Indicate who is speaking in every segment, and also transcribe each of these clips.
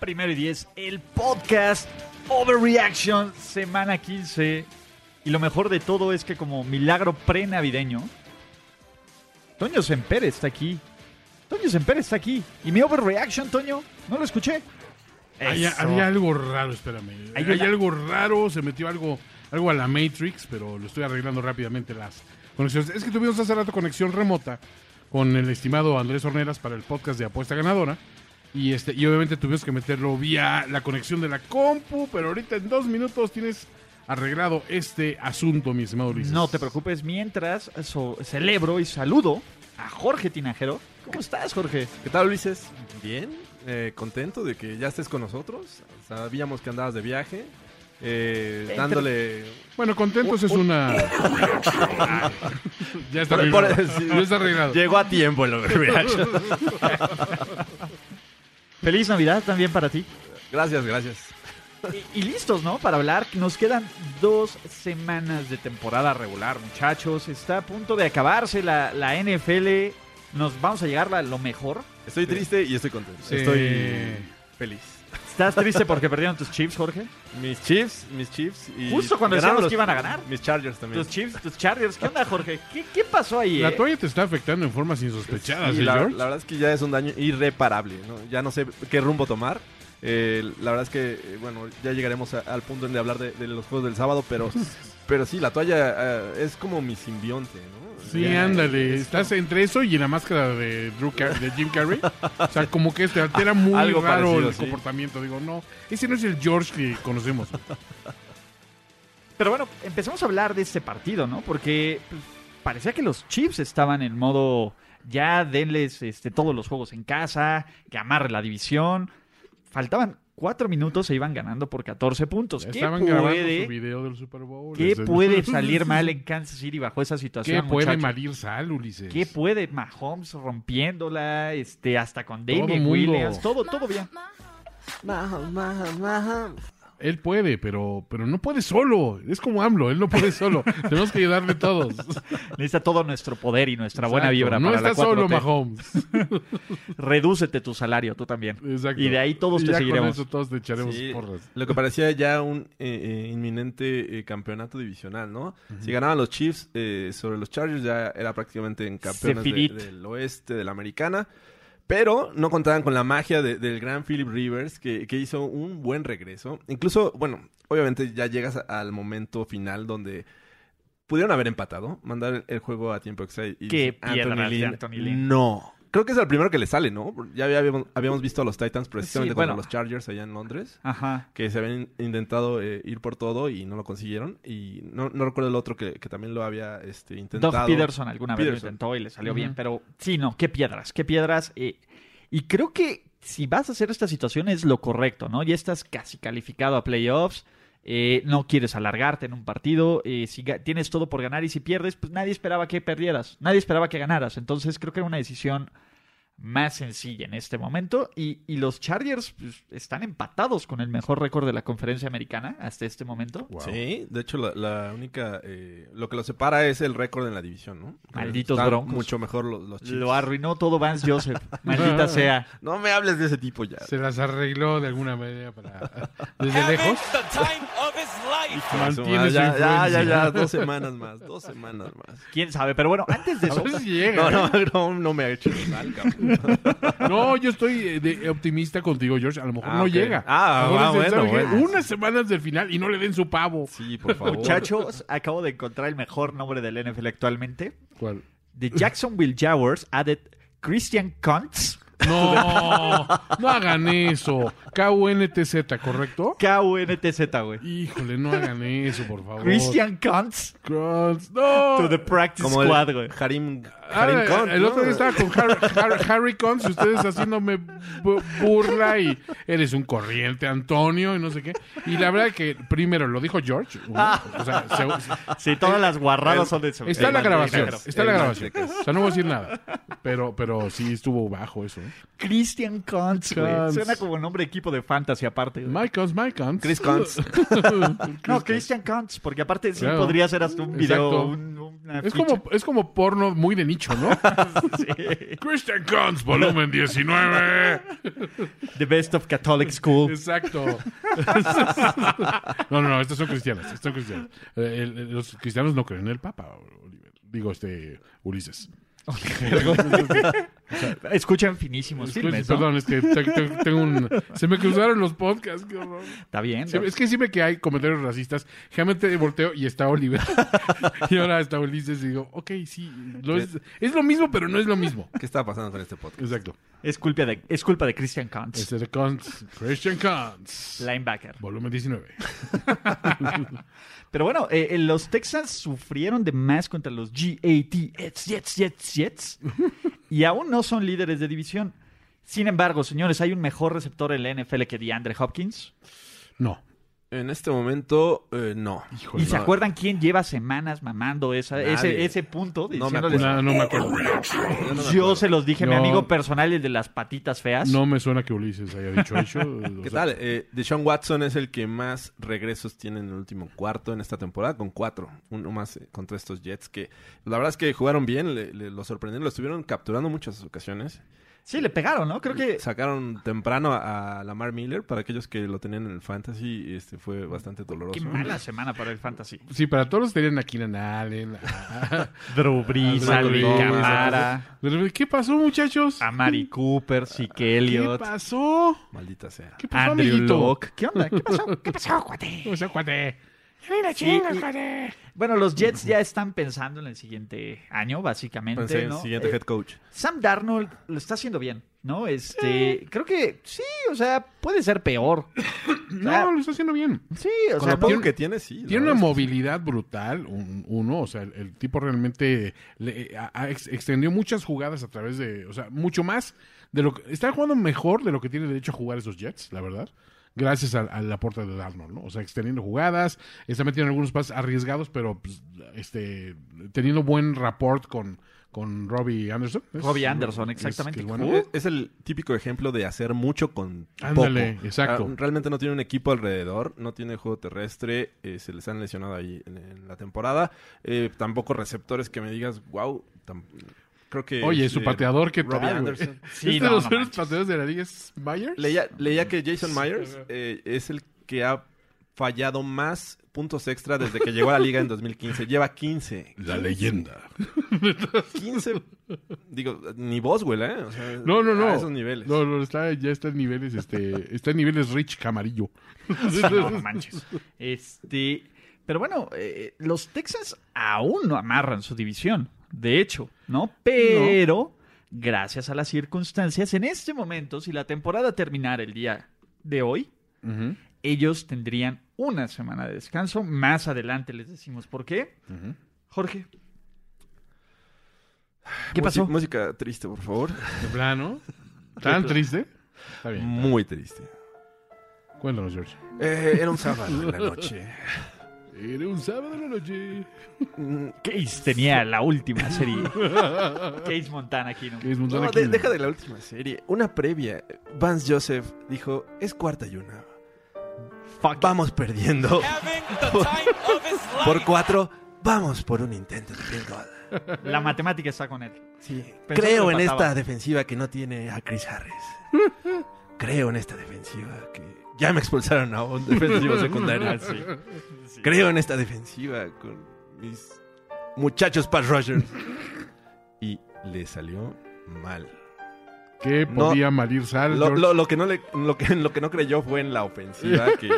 Speaker 1: Primero y 10, el podcast Overreaction, semana 15. Y lo mejor de todo es que como milagro pre-navideño, Toño Semper está aquí. Toño Semper está aquí. Y mi Overreaction, Toño, no lo escuché.
Speaker 2: Hay-
Speaker 1: Eso.
Speaker 2: había algo raro, espérame.
Speaker 1: Hay
Speaker 2: Hay,
Speaker 1: una-
Speaker 2: algo raro, se metió algo, algo a la Matrix, pero lo estoy arreglando rápidamente las conexiones. Es que tuvimos hace rato conexión remota con el estimado Andrés Horneras para el podcast de Apuesta Ganadora. Y, este, y obviamente tuvimos que meterlo vía la conexión de la compu, pero ahorita en dos minutos tienes arreglado este asunto, mi estimado Ulises.
Speaker 1: No te preocupes, mientras so- celebro y saludo a Jorge Tinajero. ¿Cómo estás, Jorge?
Speaker 3: ¿Qué tal, Ulises? Bien, eh, contento de que ya estés con nosotros. Sabíamos que andabas de viaje, eh,
Speaker 1: Entre-
Speaker 3: dándole...
Speaker 2: Bueno, contentos es una... ya está
Speaker 3: Por- por-
Speaker 2: arreglado.
Speaker 3: sí.
Speaker 2: Ya está arreglado.
Speaker 3: Llegó a tiempo el overreaction.
Speaker 1: Feliz Navidad también para ti.
Speaker 3: gracias, gracias.
Speaker 1: Y, y listos, ¿no? Para hablar, nos quedan dos semanas de temporada regular, muchachos. Está a punto de acabarse la, la NFL. Nos vamos a llegar a lo mejor.
Speaker 3: Estoy triste y estoy contento.
Speaker 2: Sí.
Speaker 3: Estoy
Speaker 2: Eh,
Speaker 3: feliz.
Speaker 1: ¿Estás triste porque perdieron tus chips, Jorge?
Speaker 3: Mis Chiefs, mis Chiefs y...
Speaker 1: Justo cuando
Speaker 3: ganaron
Speaker 1: decíamos que iban a ganar.
Speaker 3: Mis Chargers también.
Speaker 1: Tus chips, tus Chargers. ¿Qué onda, Jorge? ¿Qué, qué pasó ahí?
Speaker 2: La
Speaker 1: eh?
Speaker 2: toalla te está afectando en formas insospechadas,
Speaker 3: Sí,
Speaker 2: ¿eh,
Speaker 3: la,
Speaker 2: George?
Speaker 3: la verdad es que ya es un daño irreparable. ¿no? Ya no sé qué rumbo tomar. Eh, la verdad es que, eh, bueno, ya llegaremos a- al punto de hablar de, de los juegos del sábado, pero, pero sí, la toalla eh, es como mi simbionte, ¿no?
Speaker 2: Sí,
Speaker 3: Ya, eh,
Speaker 2: ándale.
Speaker 3: es
Speaker 2: Estás entre eso y la máscara de, Drew Car- de Jim Carrey. O sea, como que te altera muy
Speaker 3: Algo
Speaker 2: raro
Speaker 3: parecido,
Speaker 2: el
Speaker 3: sí.
Speaker 2: comportamiento. Digo, no, ese no es el George que conocemos.
Speaker 1: Pero bueno, empecemos a hablar de este partido, ¿no? Porque pues, parecía que los Chiefs estaban en modo ya denles este, todos los juegos en casa, que amarre la división. Faltaban cuatro minutos e iban ganando por 14 puntos.
Speaker 2: Ya
Speaker 1: Pues, ¿Qué
Speaker 2: estaban grabando su
Speaker 1: puede,
Speaker 2: video del Super Bowl.
Speaker 1: qué
Speaker 2: Ese-
Speaker 1: puede salir mal en Kansas City bajo esa situación?
Speaker 2: ¿Qué puede
Speaker 1: muchachos?
Speaker 2: malir sal, Ulises?
Speaker 1: ¿Qué puede Mahomes rompiéndola? Este, hasta con
Speaker 2: Todo
Speaker 1: Damien
Speaker 2: mundo.
Speaker 1: Williams, todo, todo bien.
Speaker 2: él puede, pero, pero no puede solo. Es como AMLO, él no puede solo. Tenemos que ayudarle todos.
Speaker 1: Necesita todo nuestro poder y nuestra buena
Speaker 2: Exacto.
Speaker 1: vibra
Speaker 2: No
Speaker 1: para
Speaker 2: está
Speaker 1: la 4T.
Speaker 2: solo, Mahomes.
Speaker 1: Redúcete tu salario, tú también.
Speaker 2: Exacto.
Speaker 1: Y de ahí todos
Speaker 2: Y
Speaker 1: te
Speaker 2: ya
Speaker 1: seguiremos.
Speaker 2: Con eso todos te echaremos
Speaker 3: Sí,
Speaker 2: porras.
Speaker 3: Lo que parecía ya un eh, eh, inminente eh, campeonato divisional, ¿no? Si ganaban los Chiefs eh, sobre los Chargers, ya era prácticamente en campeones de-
Speaker 1: finit.
Speaker 3: del oeste, de la americana. Pero no contaban con la magia de- del gran Philip Rivers, que, que hizo un buen regreso. Incluso, bueno, obviamente ya llegas a- al momento final donde pudieron haber empatado, mandar el, el juego a tiempo extra y y
Speaker 1: Qué
Speaker 3: dices,
Speaker 1: piedras de Anthony Lynn".
Speaker 3: No. Creo que es el primero que le sale, ¿no? Ya habíamos, habíamos visto a los Titans precisamente
Speaker 1: bueno.
Speaker 3: contra los Chargers allá en Londres
Speaker 1: Ajá.
Speaker 3: que se habían intentado eh, ir por todo y no lo consiguieron. Y no, no recuerdo el otro que, que también lo había este, intentado.
Speaker 1: Doug Peterson alguna vez lo
Speaker 3: Peterson.
Speaker 1: intentó y le salió
Speaker 3: Ujú.
Speaker 1: bien, pero sí, no, qué piedras, qué piedras. eh, y creo que si vas a hacer esta situación es lo correcto, ¿no? Ya estás casi calificado a playoffs, eh, no quieres alargarte en un partido, eh, si ga- tienes todo por ganar y si pierdes, pues nadie esperaba que perdieras, nadie esperaba que ganaras. Entonces creo que era una decisión más sencilla en este momento y, y los Chargers pues, están empatados con el mejor récord de la conferencia americana hasta este momento.
Speaker 2: Wow.
Speaker 3: Sí, de hecho la, la única... eh, lo que los separa es el récord en la división, ¿no?
Speaker 1: Malditos
Speaker 3: Están
Speaker 1: Broncos.
Speaker 3: Mucho mejor los, los Chiefs.
Speaker 1: Lo arruinó todo Vance Joseph, maldita sea.
Speaker 3: No me hables de ese tipo ya.
Speaker 2: Se las arregló de alguna manera para... Desde lejos.
Speaker 3: Su
Speaker 2: Mantiene
Speaker 3: madre,
Speaker 2: su
Speaker 3: ya, ya, ya,
Speaker 2: influencia.
Speaker 3: ya, dos semanas más, dos semanas más.
Speaker 1: ¿Quién sabe? Pero bueno, antes de
Speaker 2: A
Speaker 1: eso...
Speaker 2: ver si llega.
Speaker 3: No,
Speaker 2: ¿eh?
Speaker 3: no, no, no me ha hecho mal, cabrón.
Speaker 2: no. yo estoy eh, de- optimista contigo, George. A lo mejor
Speaker 3: Ah,
Speaker 2: no
Speaker 3: ok.
Speaker 2: llega.
Speaker 3: Ah,
Speaker 2: A lo mejor
Speaker 3: ah,
Speaker 2: dicen,
Speaker 3: bueno,
Speaker 2: "¿Saben qué?
Speaker 3: bueno.
Speaker 2: Unas semanas del final y no le den su pavo.
Speaker 3: Sí, por favor.
Speaker 1: Muchachos, acabo de encontrar el mejor nombre del NFL actualmente.
Speaker 2: ¿Cuál?
Speaker 1: The Jacksonville Jaguars added Christian Kuntz
Speaker 2: No, no hagan eso. KUNTZ, ¿correcto?
Speaker 1: KUNTZ, güey.
Speaker 2: Oh. Híjole, no hagan eso, por favor.
Speaker 1: Christian Kuntz
Speaker 2: Cross, no.
Speaker 1: to the practice
Speaker 3: Como el
Speaker 1: squad, güey.
Speaker 3: Harim,
Speaker 2: Ah,
Speaker 3: Harim Khan,
Speaker 2: el
Speaker 3: ¿no?
Speaker 2: otro día estaba con Harry, Harry, Harry Cons y ustedes haciéndome bu- burla y eres un corriente, Antonio, y no sé qué. Y la verdad que primero lo dijo George. o sea, se-
Speaker 1: Sí, todas las guarradas son de eso. güey.
Speaker 2: está la
Speaker 3: El
Speaker 2: grabación,
Speaker 3: Mantecas,
Speaker 2: está
Speaker 3: el
Speaker 2: la grabación.
Speaker 3: Mantecas.
Speaker 2: O sea, no voy a decir nada. Pero, pero sí estuvo bajo eso. ¿eh?
Speaker 1: Christian Kuntz, güey.
Speaker 2: Kuntz.
Speaker 1: Suena como nombre de equipo de fantasy aparte. güey.
Speaker 2: My Cons, my Cons.
Speaker 3: Chris Cons.
Speaker 1: No, Christian Kuntz, porque aparte sí
Speaker 2: Claro.
Speaker 1: podría ser hasta un video,
Speaker 2: Exacto.
Speaker 1: un- una
Speaker 2: Es
Speaker 1: ficha.
Speaker 2: como, es como porno muy de nicho, ¿no? Christian Cons, volumen 19.
Speaker 1: The Best of Catholic School.
Speaker 2: Exacto. no, no, no, estos son cristianos, estos son cristianos. Eh, el- el- los cristianos no creen en el Papa, Oliver. Digo, este, Ulises.
Speaker 1: Escuchan finísimos
Speaker 2: Disculpe,
Speaker 1: filmes, ¿no?
Speaker 2: Perdón, es que te- te- tengo un... Se me cruzaron los podcasts, qué horror.
Speaker 1: Está bien.
Speaker 2: Se-
Speaker 1: ¿no?
Speaker 2: Es que siempre que hay comentarios racistas, generalmente volteo y está Oliver. y ahora está Ulises y digo, ok, sí, lo es, es lo mismo, pero no es lo mismo.
Speaker 3: ¿Qué está pasando con este podcast?
Speaker 2: Exacto.
Speaker 1: Es culpa de, es culpa de Christian Kuntz,
Speaker 2: Este de Cons, Christian Cons.
Speaker 1: linebacker.
Speaker 2: Volumen 19.
Speaker 1: Pero bueno, eh, eh, los Texans sufrieron de más contra los GAT Jets, Jets, Jets, Jets. y aún no son líderes de división. Sin embargo, señores, hay un mejor receptor en la NFL que DeAndre Hopkins.
Speaker 2: No.
Speaker 3: En este momento, eh, no.
Speaker 1: ¿Y se acuerdan quién lleva semanas mamando esa,
Speaker 3: Nadie.
Speaker 1: ese, ese punto?
Speaker 3: No me
Speaker 1: Diciéndoles,
Speaker 2: No, no me acuerdo.
Speaker 3: Yo no me
Speaker 1: yo
Speaker 3: acuerdo.
Speaker 1: se los dije, mi
Speaker 2: No.
Speaker 1: amigo personal, el de las patitas feas.
Speaker 2: No me suena que Ulises haya dicho eso. o
Speaker 3: ¿Qué
Speaker 2: sea,
Speaker 3: tal? Eh, Deshaun Watson es el que más regresos tiene en el último cuarto en esta temporada, con cuatro. Uno más eh, contra estos Jets que la verdad es que jugaron bien, le, le- lo sorprendieron, lo estuvieron capturando muchas ocasiones.
Speaker 1: Sí, le pegaron, ¿no? Creo que
Speaker 3: Sacaron temprano a, a Lamar Miller, para aquellos que lo tenían en el fantasy, este fue bastante doloroso.
Speaker 1: Qué mala semana para el fantasy.
Speaker 2: Sí, para todos los que tenían a Keenan Allen. a-
Speaker 1: Drew Brees, Alvin
Speaker 3: Thomas,
Speaker 1: Camara,
Speaker 2: ¿Qué pasó, muchachos?
Speaker 1: a Mari Cooper, Zeke
Speaker 2: ¿Qué
Speaker 1: Elliott,
Speaker 2: pasó?
Speaker 3: Maldita sea.
Speaker 2: ¿Qué pasó,
Speaker 1: Andrew
Speaker 2: amiguito?
Speaker 1: Locke. pues, ¿Qué onda? ¿Qué pasó? ¿Qué pasó, cuate?
Speaker 2: O sea, cuate.
Speaker 1: Sí, y- bueno, los Jets ya están pensando en el siguiente año, básicamente.
Speaker 3: Pensé en
Speaker 1: ¿no?
Speaker 3: el siguiente
Speaker 1: Eh,
Speaker 3: head coach.
Speaker 1: Sam Darnold lo está haciendo bien, ¿no? Este, creo que sí, o sea, puede ser peor. O sea,
Speaker 2: No, lo está haciendo bien.
Speaker 1: sí, o
Speaker 3: Con
Speaker 1: sea,
Speaker 3: lo poco
Speaker 1: no-
Speaker 3: que tiene, sí. la
Speaker 2: Tiene una
Speaker 3: verdad
Speaker 2: movilidad brutal, un- uno, o sea, el, el tipo realmente le- a- a- ex- extendió muchas jugadas a través de, o sea, mucho más de lo que... Está jugando mejor de lo que tiene derecho a jugar esos Jets, la verdad. Gracias al, al aporte de Darnold, ¿no? O sea, extendiendo jugadas, está metiendo algunos pases arriesgados, pero pues, este, teniendo buen rapport con, con Robbie Anderson. ¿es?
Speaker 1: Robbie Anderson,
Speaker 2: Es- que es
Speaker 1: exactamente.
Speaker 2: bueno.
Speaker 3: Es, es el típico ejemplo de hacer mucho con
Speaker 2: Ándale,
Speaker 3: poco.
Speaker 2: exacto.
Speaker 3: Ah, realmente no tiene un equipo alrededor, no tiene juego terrestre, eh, se les han lesionado ahí en, en la temporada. Eh, tampoco receptores que me digas, wow, creo que...
Speaker 2: Oye, su
Speaker 3: eh,
Speaker 2: pateador, ¿qué
Speaker 3: Robbie
Speaker 2: tal, güey?
Speaker 3: Anderson.
Speaker 1: Sí,
Speaker 2: ¿Es
Speaker 1: no,
Speaker 2: de los
Speaker 1: no
Speaker 2: peores
Speaker 1: manches.
Speaker 2: pateadores de la liga es Myers?
Speaker 3: Leía, leía que Jason Myers eh, es el que ha fallado más puntos extra desde que llegó a la liga en 2015. Lleva 15.
Speaker 2: La leyenda.
Speaker 3: 15. Digo, ni Boswell, ¿eh? O sea,
Speaker 2: No, no, no.
Speaker 3: A esos niveles.
Speaker 2: No, no, está, ya está en niveles, este, está en niveles Rich Camarillo.
Speaker 1: Sí, no, no manches. Este, pero bueno, eh, los Texans aún no amarran su división, de hecho, ¿no? Pero, gracias a las circunstancias, en este momento, si la temporada terminara el día de hoy,
Speaker 2: Ujú,
Speaker 1: ellos tendrían una semana de descanso. Más adelante les decimos por qué.
Speaker 2: ujú.
Speaker 1: Jorge. Pues, ¿Qué
Speaker 3: Músi-
Speaker 1: pasó?
Speaker 3: Música triste, por favor.
Speaker 2: ¿De plano? ¿Tan triste? Está bien.
Speaker 3: Muy triste.
Speaker 2: Cuéntanos, George.
Speaker 3: Eh, era un sábado en la noche.
Speaker 2: Era un sábado en la noche.
Speaker 1: Case tenía la última serie. Case Montana aquí, ¿no?
Speaker 2: Es
Speaker 3: No, de- deja de la última serie. Una previa. Vance Joseph dijo, es cuarta y una.
Speaker 1: Fuck.
Speaker 3: Vamos perdiendo. Por cuatro, vamos por un intento de field goal.
Speaker 1: La matemática está con él.
Speaker 3: Sí,
Speaker 1: Pensó
Speaker 3: Creo
Speaker 1: que
Speaker 3: en
Speaker 1: lo empataba.
Speaker 3: esta defensiva que no tiene a Chris Harris. Creo en esta defensiva que... Ya me expulsaron a un defensivo
Speaker 1: Ah,
Speaker 3: secundario. Creo en esta defensiva con mis muchachos pass rushers. Y le salió mal.
Speaker 2: Que
Speaker 3: No.
Speaker 2: podía malir sal,
Speaker 3: Lo,
Speaker 2: George?
Speaker 3: lo- lo que no le, lo, que, lo que no creyó fue en la ofensiva que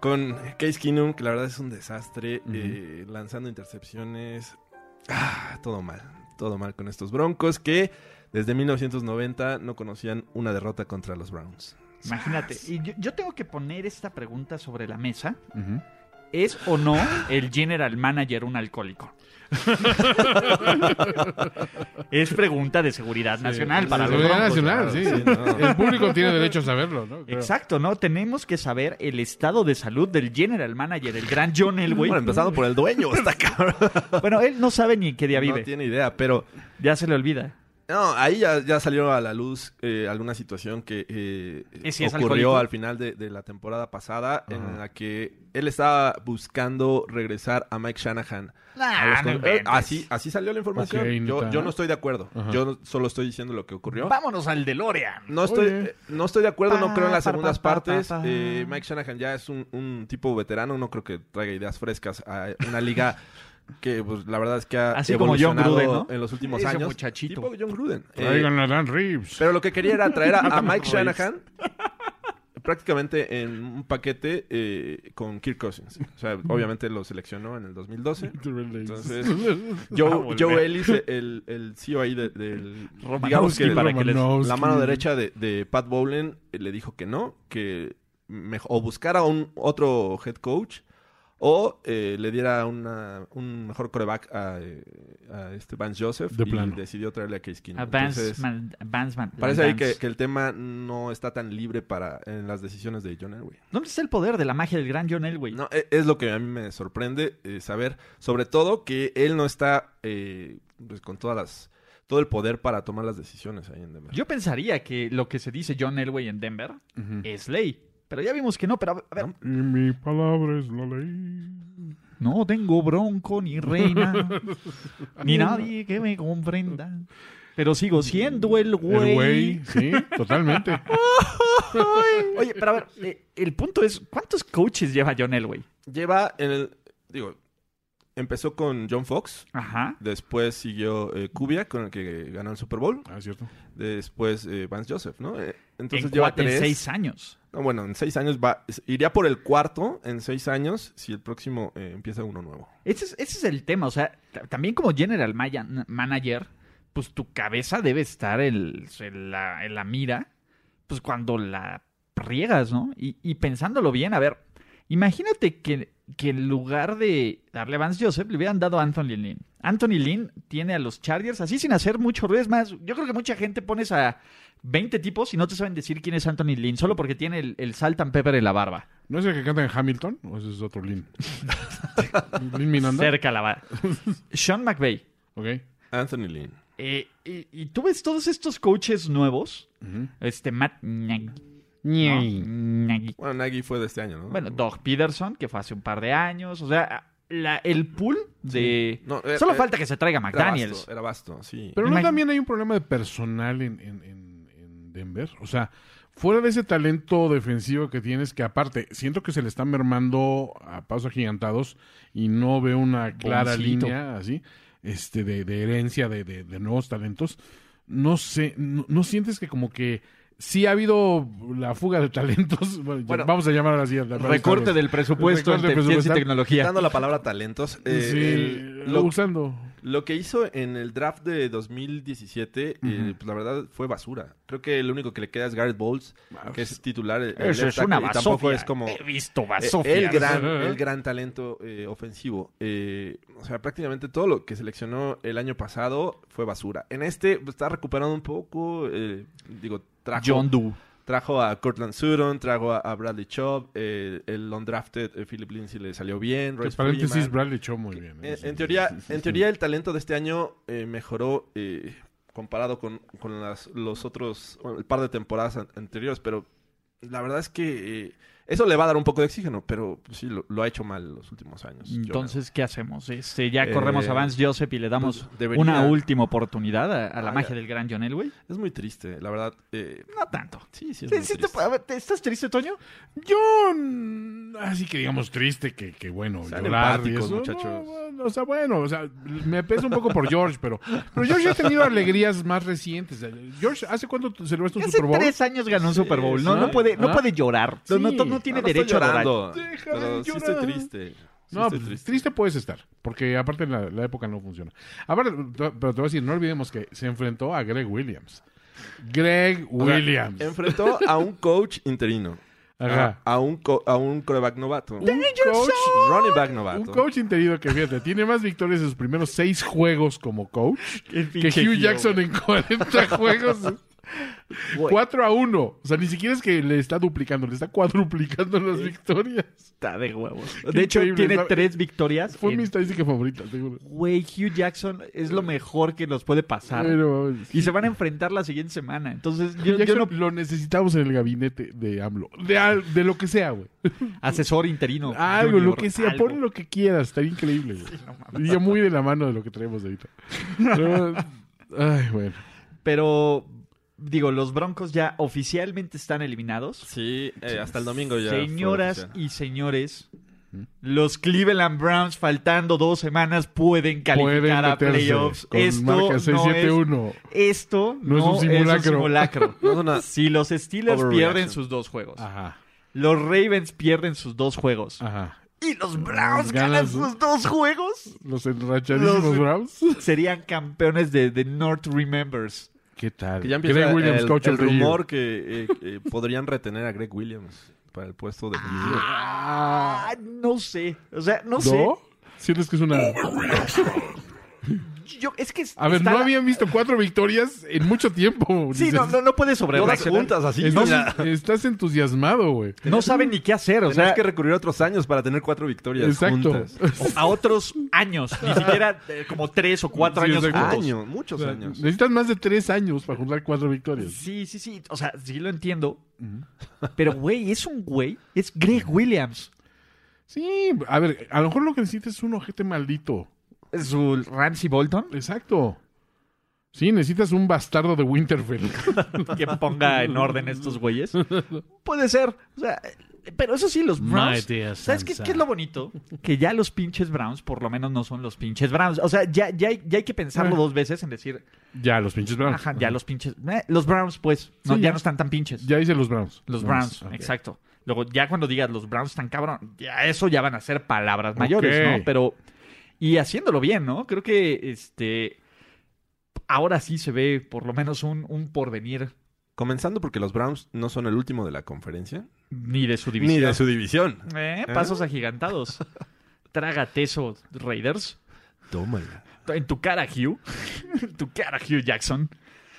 Speaker 3: con Case Keenum, que la verdad es un desastre,
Speaker 2: Ujú.
Speaker 3: eh, lanzando intercepciones. Ah, todo mal, todo mal con estos broncos que Desde 1990 no conocían una derrota contra los Browns.
Speaker 1: Imagínate. Y yo, yo tengo que poner esta pregunta sobre la mesa.
Speaker 3: Eh,
Speaker 1: ¿Es o no el general manager un alcohólico? es pregunta de seguridad nacional
Speaker 3: eh,
Speaker 2: Sí,
Speaker 1: para
Speaker 2: sí,
Speaker 1: los
Speaker 2: seguridad
Speaker 1: broncos.
Speaker 2: nacional, sí.
Speaker 3: claro, pues, ah, sí, no.
Speaker 2: El público tiene derecho a saberlo, ¿no? Creo.
Speaker 1: Exacto, ¿no? Tenemos que saber el estado de salud del general manager, el gran John Elway.
Speaker 3: Bueno, empezando por el dueño, está cabrón.
Speaker 1: Bueno, él no sabe ni qué día vive.
Speaker 3: No tiene idea, pero
Speaker 1: Ya se le olvida.
Speaker 3: No, ahí ya, ya salió a la luz eh, alguna situación que eh,
Speaker 1: ¿Y si es alcohólico?
Speaker 3: ocurrió al final de, de la temporada pasada en la que él estaba buscando regresar a Mike Shanahan.
Speaker 1: Nah,
Speaker 3: A los
Speaker 1: Ah, no
Speaker 3: con-
Speaker 1: inventes.
Speaker 3: eh, así, así salió la información.
Speaker 2: Ok,
Speaker 3: yo,
Speaker 2: neta.
Speaker 3: yo no estoy de acuerdo.
Speaker 2: Ajá.
Speaker 3: Yo no- solo estoy diciendo lo que ocurrió.
Speaker 1: Vámonos al DeLorean.
Speaker 3: No estoy,
Speaker 2: Oye.
Speaker 3: eh, no estoy de acuerdo,
Speaker 1: Pa,
Speaker 3: no creo en las
Speaker 1: pa,
Speaker 3: segundas
Speaker 1: pa, pa,
Speaker 3: partes.
Speaker 1: pa, pa.
Speaker 3: Eh, Mike Shanahan ya es un, un tipo veterano, no creo que traiga ideas frescas a una liga que pues, la verdad es que ha
Speaker 1: Así como John
Speaker 3: evolucionado
Speaker 1: Gruden, ¿no?
Speaker 3: en los últimos
Speaker 1: Ese
Speaker 3: años.
Speaker 1: muchachito.
Speaker 3: Tipo John Gruden. Eh,
Speaker 2: Traigan a Dan Reeves.
Speaker 3: pero lo que quería era traer a, a Mike Shanahan prácticamente en un paquete eh, con Kirk Cousins. O sea, obviamente lo seleccionó en el 2012. Entonces, Joe, Joe Ellis, el, el CEO ahí de- del... digamos que
Speaker 1: para que les-
Speaker 2: Romanowski.
Speaker 3: la mano derecha de, de Pat Bowlen eh, le dijo que no, que mej- o buscara un otro head coach o eh, le diera una- un mejor coreback a, eh, a este Vance Joseph
Speaker 2: De
Speaker 3: y
Speaker 2: plano.
Speaker 3: decidió traerle a Case Keenum. Entonces,
Speaker 1: Advancement. Advancement.
Speaker 3: Parece ahí que,
Speaker 1: Advance.
Speaker 3: que el tema no está tan libre para en las decisiones de John Elway.
Speaker 1: ¿Dónde está el poder de la magia del gran John Elway?
Speaker 3: No, e- es lo que a mí me sorprende eh, saber, sobre todo que él no está eh, pues, con todas las todo el poder para tomar las decisiones ahí en Denver.
Speaker 1: Yo pensaría que lo que se dice John Elway en Denver
Speaker 2: Ujú.
Speaker 1: es ley. Pero ya vimos que no, pero a ver.
Speaker 2: Y mi palabra es la ley.
Speaker 1: No tengo bronco, ni reina, ni nadie que me comprenda. Pero sigo siendo el
Speaker 2: El
Speaker 1: güey.
Speaker 2: güey, sí, totalmente.
Speaker 1: Oye, pero a ver, eh, el punto es, ¿cuántos coaches lleva John Elway?
Speaker 3: Lleva en el digo, empezó con John Fox,
Speaker 1: Ajá.
Speaker 3: después siguió eh, Kubiak con el que ganó el Super Bowl,
Speaker 2: Ah, es cierto.
Speaker 3: después eh, Vance Joseph, ¿no? Eh, entonces
Speaker 1: en,
Speaker 3: lleva
Speaker 1: cuatro- en
Speaker 3: tres.
Speaker 1: seis años.
Speaker 3: No, bueno, en seis años va es- iría por el cuarto en seis años si el próximo eh, empieza uno nuevo.
Speaker 1: Ese es, ese es el tema, o sea, t- también como general maya- manager, pues tu cabeza debe estar en, en la, en la mira, pues cuando la riegas, ¿no? Y, y pensándolo bien, a ver, imagínate que, que en lugar de darle a Vance Joseph, le hubieran dado a Anthony Lynn. Anthony Lynn tiene a los Chargers así sin hacer mucho ruido. Es más, yo creo que mucha gente pones a 20 tipos y no te saben decir quién es Anthony Lynn, solo porque tiene el, el salt and pepper en la barba.
Speaker 2: ¿No es el que canta en Hamilton? ¿O ese es otro Lin? Lin Miranda.
Speaker 1: Cerca la barba. Sean McVay.
Speaker 2: Ok.
Speaker 3: Anthony Lynn.
Speaker 1: Eh, y, y tú ves todos estos coaches nuevos.
Speaker 2: Ujú.
Speaker 1: Este Matt Nagy. ¿no?
Speaker 2: Ñey.
Speaker 1: Nagy.
Speaker 3: Bueno, Nagy fue de este año, ¿no?
Speaker 1: Bueno, Doug Peterson, que fue hace un par de años. O sea, la- el pool de.
Speaker 3: No, eh, era-
Speaker 1: Solo
Speaker 3: era-
Speaker 1: falta que se traiga
Speaker 3: Era
Speaker 1: McDaniels.
Speaker 3: vasto, Era vasto, sí.
Speaker 2: Pero
Speaker 1: Imag-
Speaker 2: no también hay un problema de personal en, en- en- en Denver. O sea, fuera de ese talento defensivo que tienes, que aparte, siento que se le está mermando a pasos agigantados y no veo una clara
Speaker 1: Boncito.
Speaker 2: línea así, este, de, de herencia de, de- de nuevos talentos. No sé, no, no sientes que como que sí ha habido la fuga de talentos. Bueno, ya-
Speaker 3: Bueno,
Speaker 2: vamos a llamar así.
Speaker 1: Recorte del presupuesto en te-
Speaker 2: Recorte
Speaker 1: ciencia y
Speaker 2: presupuestal.
Speaker 1: tecnología.
Speaker 3: Dando la palabra talentos. eh, el- lo,
Speaker 2: usando.
Speaker 3: lo que hizo en el draft de 2017, eh, pues, la verdad, fue basura. Creo que lo único que le queda es Garrett Bowles, que es titular. el- el
Speaker 1: pues, Eso
Speaker 3: left
Speaker 1: es una
Speaker 3: tackle, y Tampoco
Speaker 1: basofia.
Speaker 3: es como
Speaker 1: He visto
Speaker 3: eh,
Speaker 1: basofia.
Speaker 3: el, gran, el gran talento eh, ofensivo. Eh, o sea, prácticamente todo lo que seleccionó el año pasado fue basura. En este pues, está recuperando un poco. eh, digo, trajo
Speaker 1: John Doe.
Speaker 3: Trajo a Cortland Sutton, trajo a, a Bradley Chubb, eh, el undrafted eh, Philip Lindsay le salió bien,
Speaker 2: Que
Speaker 3: Royce
Speaker 2: paréntesis,
Speaker 3: Freeman.
Speaker 2: Bradley echó muy bien. ¿eh?
Speaker 3: Eh, en, teoría, en teoría el talento de este año eh, mejoró eh, comparado con, con las, los otros, bueno, el par de temporadas an- anteriores, pero la verdad es que eh, eso le va a dar un poco de oxígeno, pero pues, sí, lo, lo ha hecho mal los últimos años. Jonah.
Speaker 1: Entonces, ¿qué hacemos? Este, ya
Speaker 3: Eh,
Speaker 1: corremos a Vance Joseph y le damos
Speaker 3: pues, debería-
Speaker 1: una última oportunidad a, a la
Speaker 3: Ah,
Speaker 1: magia
Speaker 3: ya.
Speaker 1: del gran John Elway.
Speaker 3: es muy triste, la verdad. eh,
Speaker 1: No tanto.
Speaker 3: sí, sí, es
Speaker 1: Sí,
Speaker 3: muy
Speaker 1: sí te-
Speaker 3: triste.
Speaker 1: a ver, ¿te- ¿Estás triste, Toño?
Speaker 2: Yo, mm, así que digamos triste, que, que bueno,
Speaker 3: Sean
Speaker 2: llorar y
Speaker 3: empáticos,
Speaker 2: eso.
Speaker 3: muchachos.
Speaker 2: no, bueno, o sea, bueno, o sea, me pesa un poco por George, pero, pero George ha tenido alegrías más recientes. George, ¿hace cuánto tú celebraste un
Speaker 1: Hace
Speaker 2: Super Bowl?
Speaker 1: tres años ganó un
Speaker 3: Sí,
Speaker 1: Super Bowl. No,
Speaker 3: sí.
Speaker 1: no, puede, no
Speaker 2: Ah.
Speaker 1: puede llorar. No,
Speaker 2: Sí. Ah,
Speaker 1: no, no tiene
Speaker 3: No, no estoy
Speaker 1: derecho a llorar.
Speaker 3: llorando,
Speaker 2: Déjame
Speaker 3: pero sí
Speaker 2: llorar.
Speaker 3: estoy triste. Sí,
Speaker 2: No,
Speaker 3: estoy
Speaker 2: pues,
Speaker 3: triste.
Speaker 2: triste. puedes estar, porque aparte en la, la época no funciona. Aparte, te- pero te voy a decir, no olvidemos que se enfrentó a Greg Williams. Greg
Speaker 3: O sea,
Speaker 2: Williams.
Speaker 3: enfrentó a un coach interino.
Speaker 2: Ajá.
Speaker 3: A un, co- a un coreback novato.
Speaker 2: Un coach
Speaker 3: Running back
Speaker 2: Un
Speaker 3: novato.
Speaker 2: coach interino que, fíjate, tiene más victorias en sus primeros seis juegos como coach que
Speaker 1: pinche
Speaker 2: Hugh
Speaker 1: Hugh,
Speaker 2: Jackson en 40 juegos. 4 a 1. O sea, ni siquiera es que le está duplicando, le está cuadruplicando las victorias.
Speaker 1: Está de huevos.
Speaker 2: Qué
Speaker 1: De hecho,
Speaker 2: increíble,
Speaker 1: tiene
Speaker 2: ¿sabes?
Speaker 1: tres victorias.
Speaker 2: Fue
Speaker 1: en-
Speaker 2: mi estadística favorita, seguro.
Speaker 1: Güey, Hugh Jackson es lo mejor que nos puede pasar.
Speaker 2: Pero,
Speaker 1: Y se van a enfrentar la siguiente semana. Entonces, yo,
Speaker 2: Hugh
Speaker 1: yo
Speaker 2: Jackson
Speaker 1: no...
Speaker 2: lo necesitamos en el gabinete de AMLO. De, al- de lo que sea, güey.
Speaker 1: Asesor interino.
Speaker 2: Algo, lo
Speaker 1: junior,
Speaker 2: que sea,
Speaker 1: algo.
Speaker 2: pon lo que quieras, estaría increíble, güey. Iría muy de la mano de lo que traemos ahorita. Pero, ay, bueno.
Speaker 1: Pero, digo, los Broncos ya oficialmente están eliminados.
Speaker 3: Sí, eh, hasta el domingo ya. fue
Speaker 1: Señoras
Speaker 3: oficial.
Speaker 1: y señores, los Cleveland Browns, faltando dos semanas, pueden calificar
Speaker 2: Pueden
Speaker 1: a
Speaker 2: meterse
Speaker 1: playoffs.
Speaker 2: con
Speaker 1: Esto
Speaker 2: marca
Speaker 1: no es...
Speaker 2: 6-7-1.
Speaker 1: Esto no, es un simulacro.
Speaker 3: No es una-
Speaker 1: si los Steelers
Speaker 3: Overreaction.
Speaker 1: pierden sus dos juegos,
Speaker 2: Ajá,
Speaker 1: los Ravens pierden sus dos juegos,
Speaker 2: ajá.
Speaker 1: y los Browns Ah. ganan
Speaker 2: Ganas-
Speaker 1: sus dos juegos,
Speaker 2: Los enrachadísimos
Speaker 1: Los-
Speaker 2: Browns.
Speaker 1: serían campeones de, de North Remembers.
Speaker 2: ¿Qué tal?
Speaker 3: Que ya empieza
Speaker 2: Greg Williams,
Speaker 3: el,
Speaker 2: coach
Speaker 3: el
Speaker 2: of the year.
Speaker 3: rumor que eh, eh, podrían retener a Greg Williams para el puesto de
Speaker 1: Ah, no sé. O sea, no, sé.
Speaker 2: ¿No? Sientes que es una...
Speaker 1: Yo, es que
Speaker 2: A ver,
Speaker 1: está
Speaker 2: no
Speaker 1: la-
Speaker 2: habían visto cuatro victorias en mucho tiempo.
Speaker 1: Sí,
Speaker 2: dices.
Speaker 1: no, no, no puede sobre
Speaker 3: Todas juntas así.
Speaker 2: Estás,
Speaker 3: mira.
Speaker 2: estás entusiasmado, güey.
Speaker 1: No saben ni qué hacer. O
Speaker 3: Tenías
Speaker 1: sea,
Speaker 3: que recurrir a otros años para tener cuatro victorias
Speaker 2: Exacto.
Speaker 3: juntas.
Speaker 1: a otros años. Ni siquiera eh, como tres o cuatro
Speaker 2: Sí,
Speaker 1: años
Speaker 2: exacto.
Speaker 1: juntos.
Speaker 3: Años, muchos años.
Speaker 2: Necesitas más de tres años para juntar cuatro victorias.
Speaker 1: Sí, sí, sí. O sea, sí lo entiendo. Pero, güey, es un güey. Es Greg Williams.
Speaker 2: Sí, a ver, a lo mejor lo que necesitas es un ojete maldito.
Speaker 1: Su Ramsey Bolton.
Speaker 2: Exacto. Sí, necesitas un bastardo de Winterfell.
Speaker 1: que ponga en orden estos güeyes. Puede ser. O sea, pero eso sí, los Browns.
Speaker 4: My dear
Speaker 1: ¿Sabes qué,
Speaker 4: Sansa.
Speaker 1: qué es lo bonito? Que ya los pinches Browns, por lo menos, no son los pinches Browns. O sea, ya, ya, hay- ya hay que pensarlo dos veces en decir,
Speaker 2: ya, los pinches Browns.
Speaker 1: ajá, ya los pinches. eh, los Browns, pues, no,
Speaker 2: Ah. Sí,
Speaker 1: ya
Speaker 2: ya.
Speaker 1: no están tan pinches.
Speaker 2: Ya hice los Browns.
Speaker 1: Los
Speaker 2: No,
Speaker 1: Browns,
Speaker 2: ok.
Speaker 1: exacto. Luego, ya cuando digas los Browns están cabrón, ya eso ya van a ser palabras mayores,
Speaker 2: Ok.
Speaker 1: ¿no? Pero. Y haciéndolo bien, ¿no? Creo que este. Ahora sí se ve por lo menos un, un porvenir
Speaker 3: Comenzando porque los Browns no son el último de la conferencia.
Speaker 1: ni de su división.
Speaker 3: Ni de su división.
Speaker 1: Eh, Pasos agigantados. Trágate eso, Raiders.
Speaker 3: Tómala.
Speaker 1: En tu cara, Hugh. en tu cara, Hugh Jackson.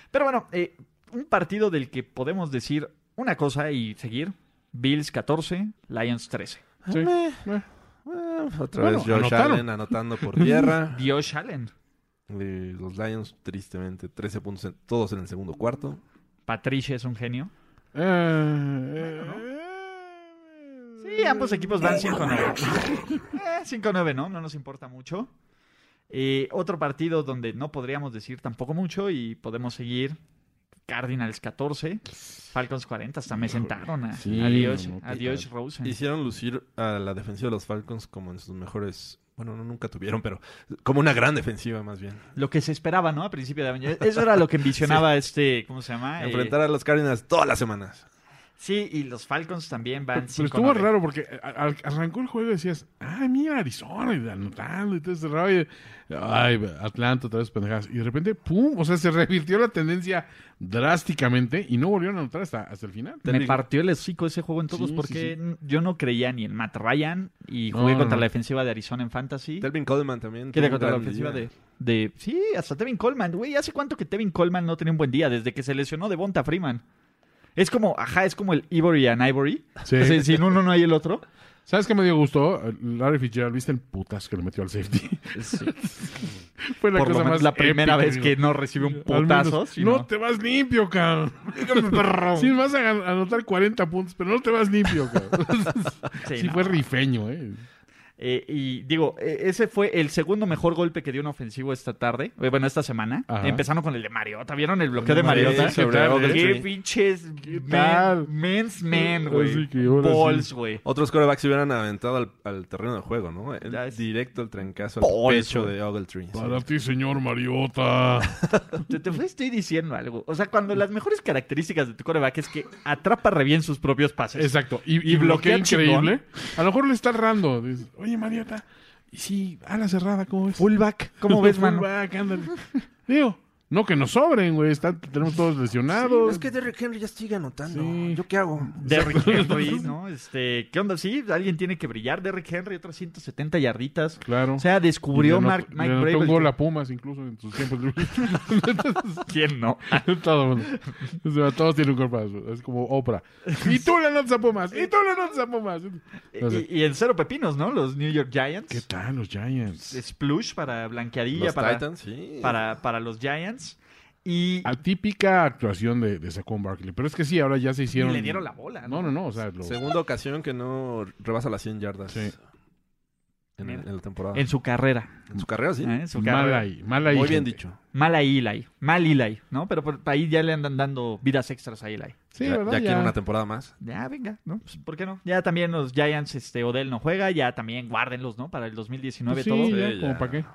Speaker 1: Pero bueno, eh, un partido del que podemos decir una cosa y seguir. Bills 14, Lions 13.
Speaker 2: Sí. Eh.
Speaker 3: Ah, otra
Speaker 2: Bueno,
Speaker 3: vez Josh
Speaker 2: anotaron.
Speaker 3: Allen anotando por tierra.
Speaker 1: Dios Allen.
Speaker 3: Eh, los Lions, tristemente, 13 puntos en- todos en el segundo cuarto.
Speaker 1: Patricia es un genio.
Speaker 2: Eh,
Speaker 1: Sí, ambos equipos van 5-9. Eh, 5-9, ¿no? No nos importa mucho. Eh, otro partido donde no podríamos decir tampoco mucho y podemos seguir. Cardinals 14, Falcons 40. Hasta me sentaron. A,
Speaker 2: Sí,
Speaker 1: adiós,
Speaker 2: no, qué
Speaker 1: adiós Rosen.
Speaker 3: Hicieron lucir a la defensiva de los Falcons como en sus mejores. Bueno, no, nunca tuvieron, pero como una gran defensiva más bien.
Speaker 1: Lo que se esperaba, ¿no? A principio de año. Eso era lo que ambicionaba este, ¿cómo se llama? Eh,
Speaker 3: Enfrentar a los Cardinals todas las semanas.
Speaker 1: sí, y los Falcons también
Speaker 2: Pero
Speaker 1: van 5-9.
Speaker 2: estuvo raro porque a- a- arrancó el juego y decías, ay, mira Arizona y anotando y todo ese rollo. Ay, Atlanta, todas esas pendejadas. Y de repente, pum, o sea, se revirtió la tendencia drásticamente y no volvieron a anotar hasta, hasta el final.
Speaker 1: Me partió el hocico ese juego en todos
Speaker 2: Sí,
Speaker 1: porque
Speaker 2: sí,
Speaker 1: n- yo no creía ni en Matt Ryan y
Speaker 2: No,
Speaker 1: jugué
Speaker 2: no,
Speaker 1: contra
Speaker 2: no.
Speaker 1: la defensiva de Arizona en Fantasy.
Speaker 3: Telvin Coleman también.
Speaker 1: Que era
Speaker 3: tuvo un
Speaker 1: contra la
Speaker 3: gran
Speaker 1: ofensiva
Speaker 3: día.
Speaker 1: de, de- Sí, hasta Tevin Coleman, güey. ¿Hace cuánto que Tevin Coleman no tenía un buen día? Desde que se lesionó de Bonta Freeman. Es como, ajá, es como el Ivory and Ivory.
Speaker 2: Sí.
Speaker 1: O sea, sin uno no hay el otro.
Speaker 2: ¿Sabes qué me dio gusto? Larry Fitzgerald, ¿viste el putas que le metió al safety? Fue la
Speaker 1: Por lo
Speaker 2: cosa
Speaker 1: menos
Speaker 2: más
Speaker 1: la primera
Speaker 2: épica,
Speaker 1: vez
Speaker 2: digo.
Speaker 1: que no recibe un
Speaker 2: Al menos,
Speaker 1: putazo.
Speaker 2: no,
Speaker 1: sino-
Speaker 2: te vas limpio, cabrón. Sí, vas a gan- anotar 40 puntos, pero no te vas limpio, cabrón.
Speaker 1: Sí,
Speaker 2: sí,
Speaker 1: no.
Speaker 2: fue rifeño, ¿eh?
Speaker 1: Eh, y digo, eh, ese fue el segundo mejor golpe que dio un ofensivo esta tarde. eh, Bueno, esta semana.
Speaker 2: Ajá.
Speaker 1: Empezando con el de Mariota. ¿Vieron el bloqueo de
Speaker 3: Sí,
Speaker 1: Mariota?
Speaker 2: ¿qué
Speaker 3: sobre
Speaker 2: tal,
Speaker 3: Ogletree.
Speaker 1: Qué pinches men,
Speaker 2: tal?
Speaker 1: men's men,
Speaker 2: Así
Speaker 1: güey.
Speaker 2: que ahora sí.
Speaker 1: Balls, güey.
Speaker 3: Otros corebacks se hubieran aventado al, al terreno de juego, ¿no? El-
Speaker 1: Ya es-
Speaker 3: Directo al trancazo, al
Speaker 1: Por
Speaker 3: pecho
Speaker 1: eso.
Speaker 3: de Ogletree. sí.
Speaker 2: Para ti, señor Mariota.
Speaker 1: Te, te estoy diciendo algo. O sea, cuando las mejores características de tu coreback es que atrapa re bien sus propios pases.
Speaker 2: Exacto. Y,
Speaker 1: Y
Speaker 2: y bloquea
Speaker 1: bloquea chingón.
Speaker 2: increíble. A lo mejor le está errando. Dices, "Oye, Oye, Mariota, y sí, a la cerrada, ¿cómo ves?
Speaker 1: Fullback, ¿cómo ves, mano?
Speaker 2: Fullback, ándale. Digo, no que nos sobren, güey. están- tenemos todos lesionados.
Speaker 3: Es que Derrick Henry ya sigue anotando.
Speaker 2: Sí.
Speaker 3: ¿Yo qué hago?
Speaker 1: Derrick Henry, ¿no? Este, ¿qué onda? Sí, alguien tiene que brillar. Derrick Henry, otras 170 yarditas.
Speaker 2: Claro.
Speaker 1: O sea,
Speaker 2: Y le
Speaker 1: descubrió
Speaker 2: anotó-
Speaker 1: Mark-
Speaker 2: le
Speaker 1: Mike
Speaker 2: anotó
Speaker 1: Bravel.
Speaker 2: un gol a Pumas incluso en sus tiempos libres.
Speaker 1: ¿Quién no?
Speaker 2: Todo mundo. O sea, todos tienen un cuerpo azul. Es como Oprah. Y tú le anotas a Pumas. Y tú le anotas a Pumas. No sé.
Speaker 1: Y, y en cero pepinos, ¿no? Los New York Giants.
Speaker 2: ¿Qué tal los Giants?
Speaker 1: Splush para blanqueadilla,
Speaker 3: Los
Speaker 1: para,
Speaker 3: Titans, sí.
Speaker 1: para, para los Giants. Y,
Speaker 2: Ah, Atípica actuación de, de Saquon Barkley. Pero es que sí, ahora ya se
Speaker 1: y
Speaker 2: hicieron.
Speaker 1: le dieron la bola,
Speaker 2: No,
Speaker 1: ¿no?
Speaker 2: no, no. O sea, lo-
Speaker 3: Segunda ocasión que no rebasa las 100 yardas.
Speaker 2: Sí.
Speaker 3: En, en la temporada.
Speaker 1: En su carrera.
Speaker 3: En su carrera, sí.
Speaker 1: ¿eh? En su
Speaker 2: mal
Speaker 1: carrera.
Speaker 2: ahí. Mal ahí.
Speaker 3: Muy bien
Speaker 2: gente.
Speaker 3: dicho.
Speaker 1: Mal a Eli. Mal Eli, ¿no? Pero por, ahí ya le andan dando vidas extras a Eli.
Speaker 2: Sí,
Speaker 3: ya,
Speaker 2: ¿verdad?
Speaker 3: ya quiere
Speaker 2: Ya. Pues
Speaker 3: una temporada más.
Speaker 1: Ya, venga, ¿no? Pues, ¿Por qué no? Ya también los Giants, este, Odell no juega, ya también guárdenlos, ¿no? Para el 2019
Speaker 2: Pues sí,
Speaker 1: todo.
Speaker 2: ya,
Speaker 3: Sí,
Speaker 2: como
Speaker 3: ya.
Speaker 2: para qué.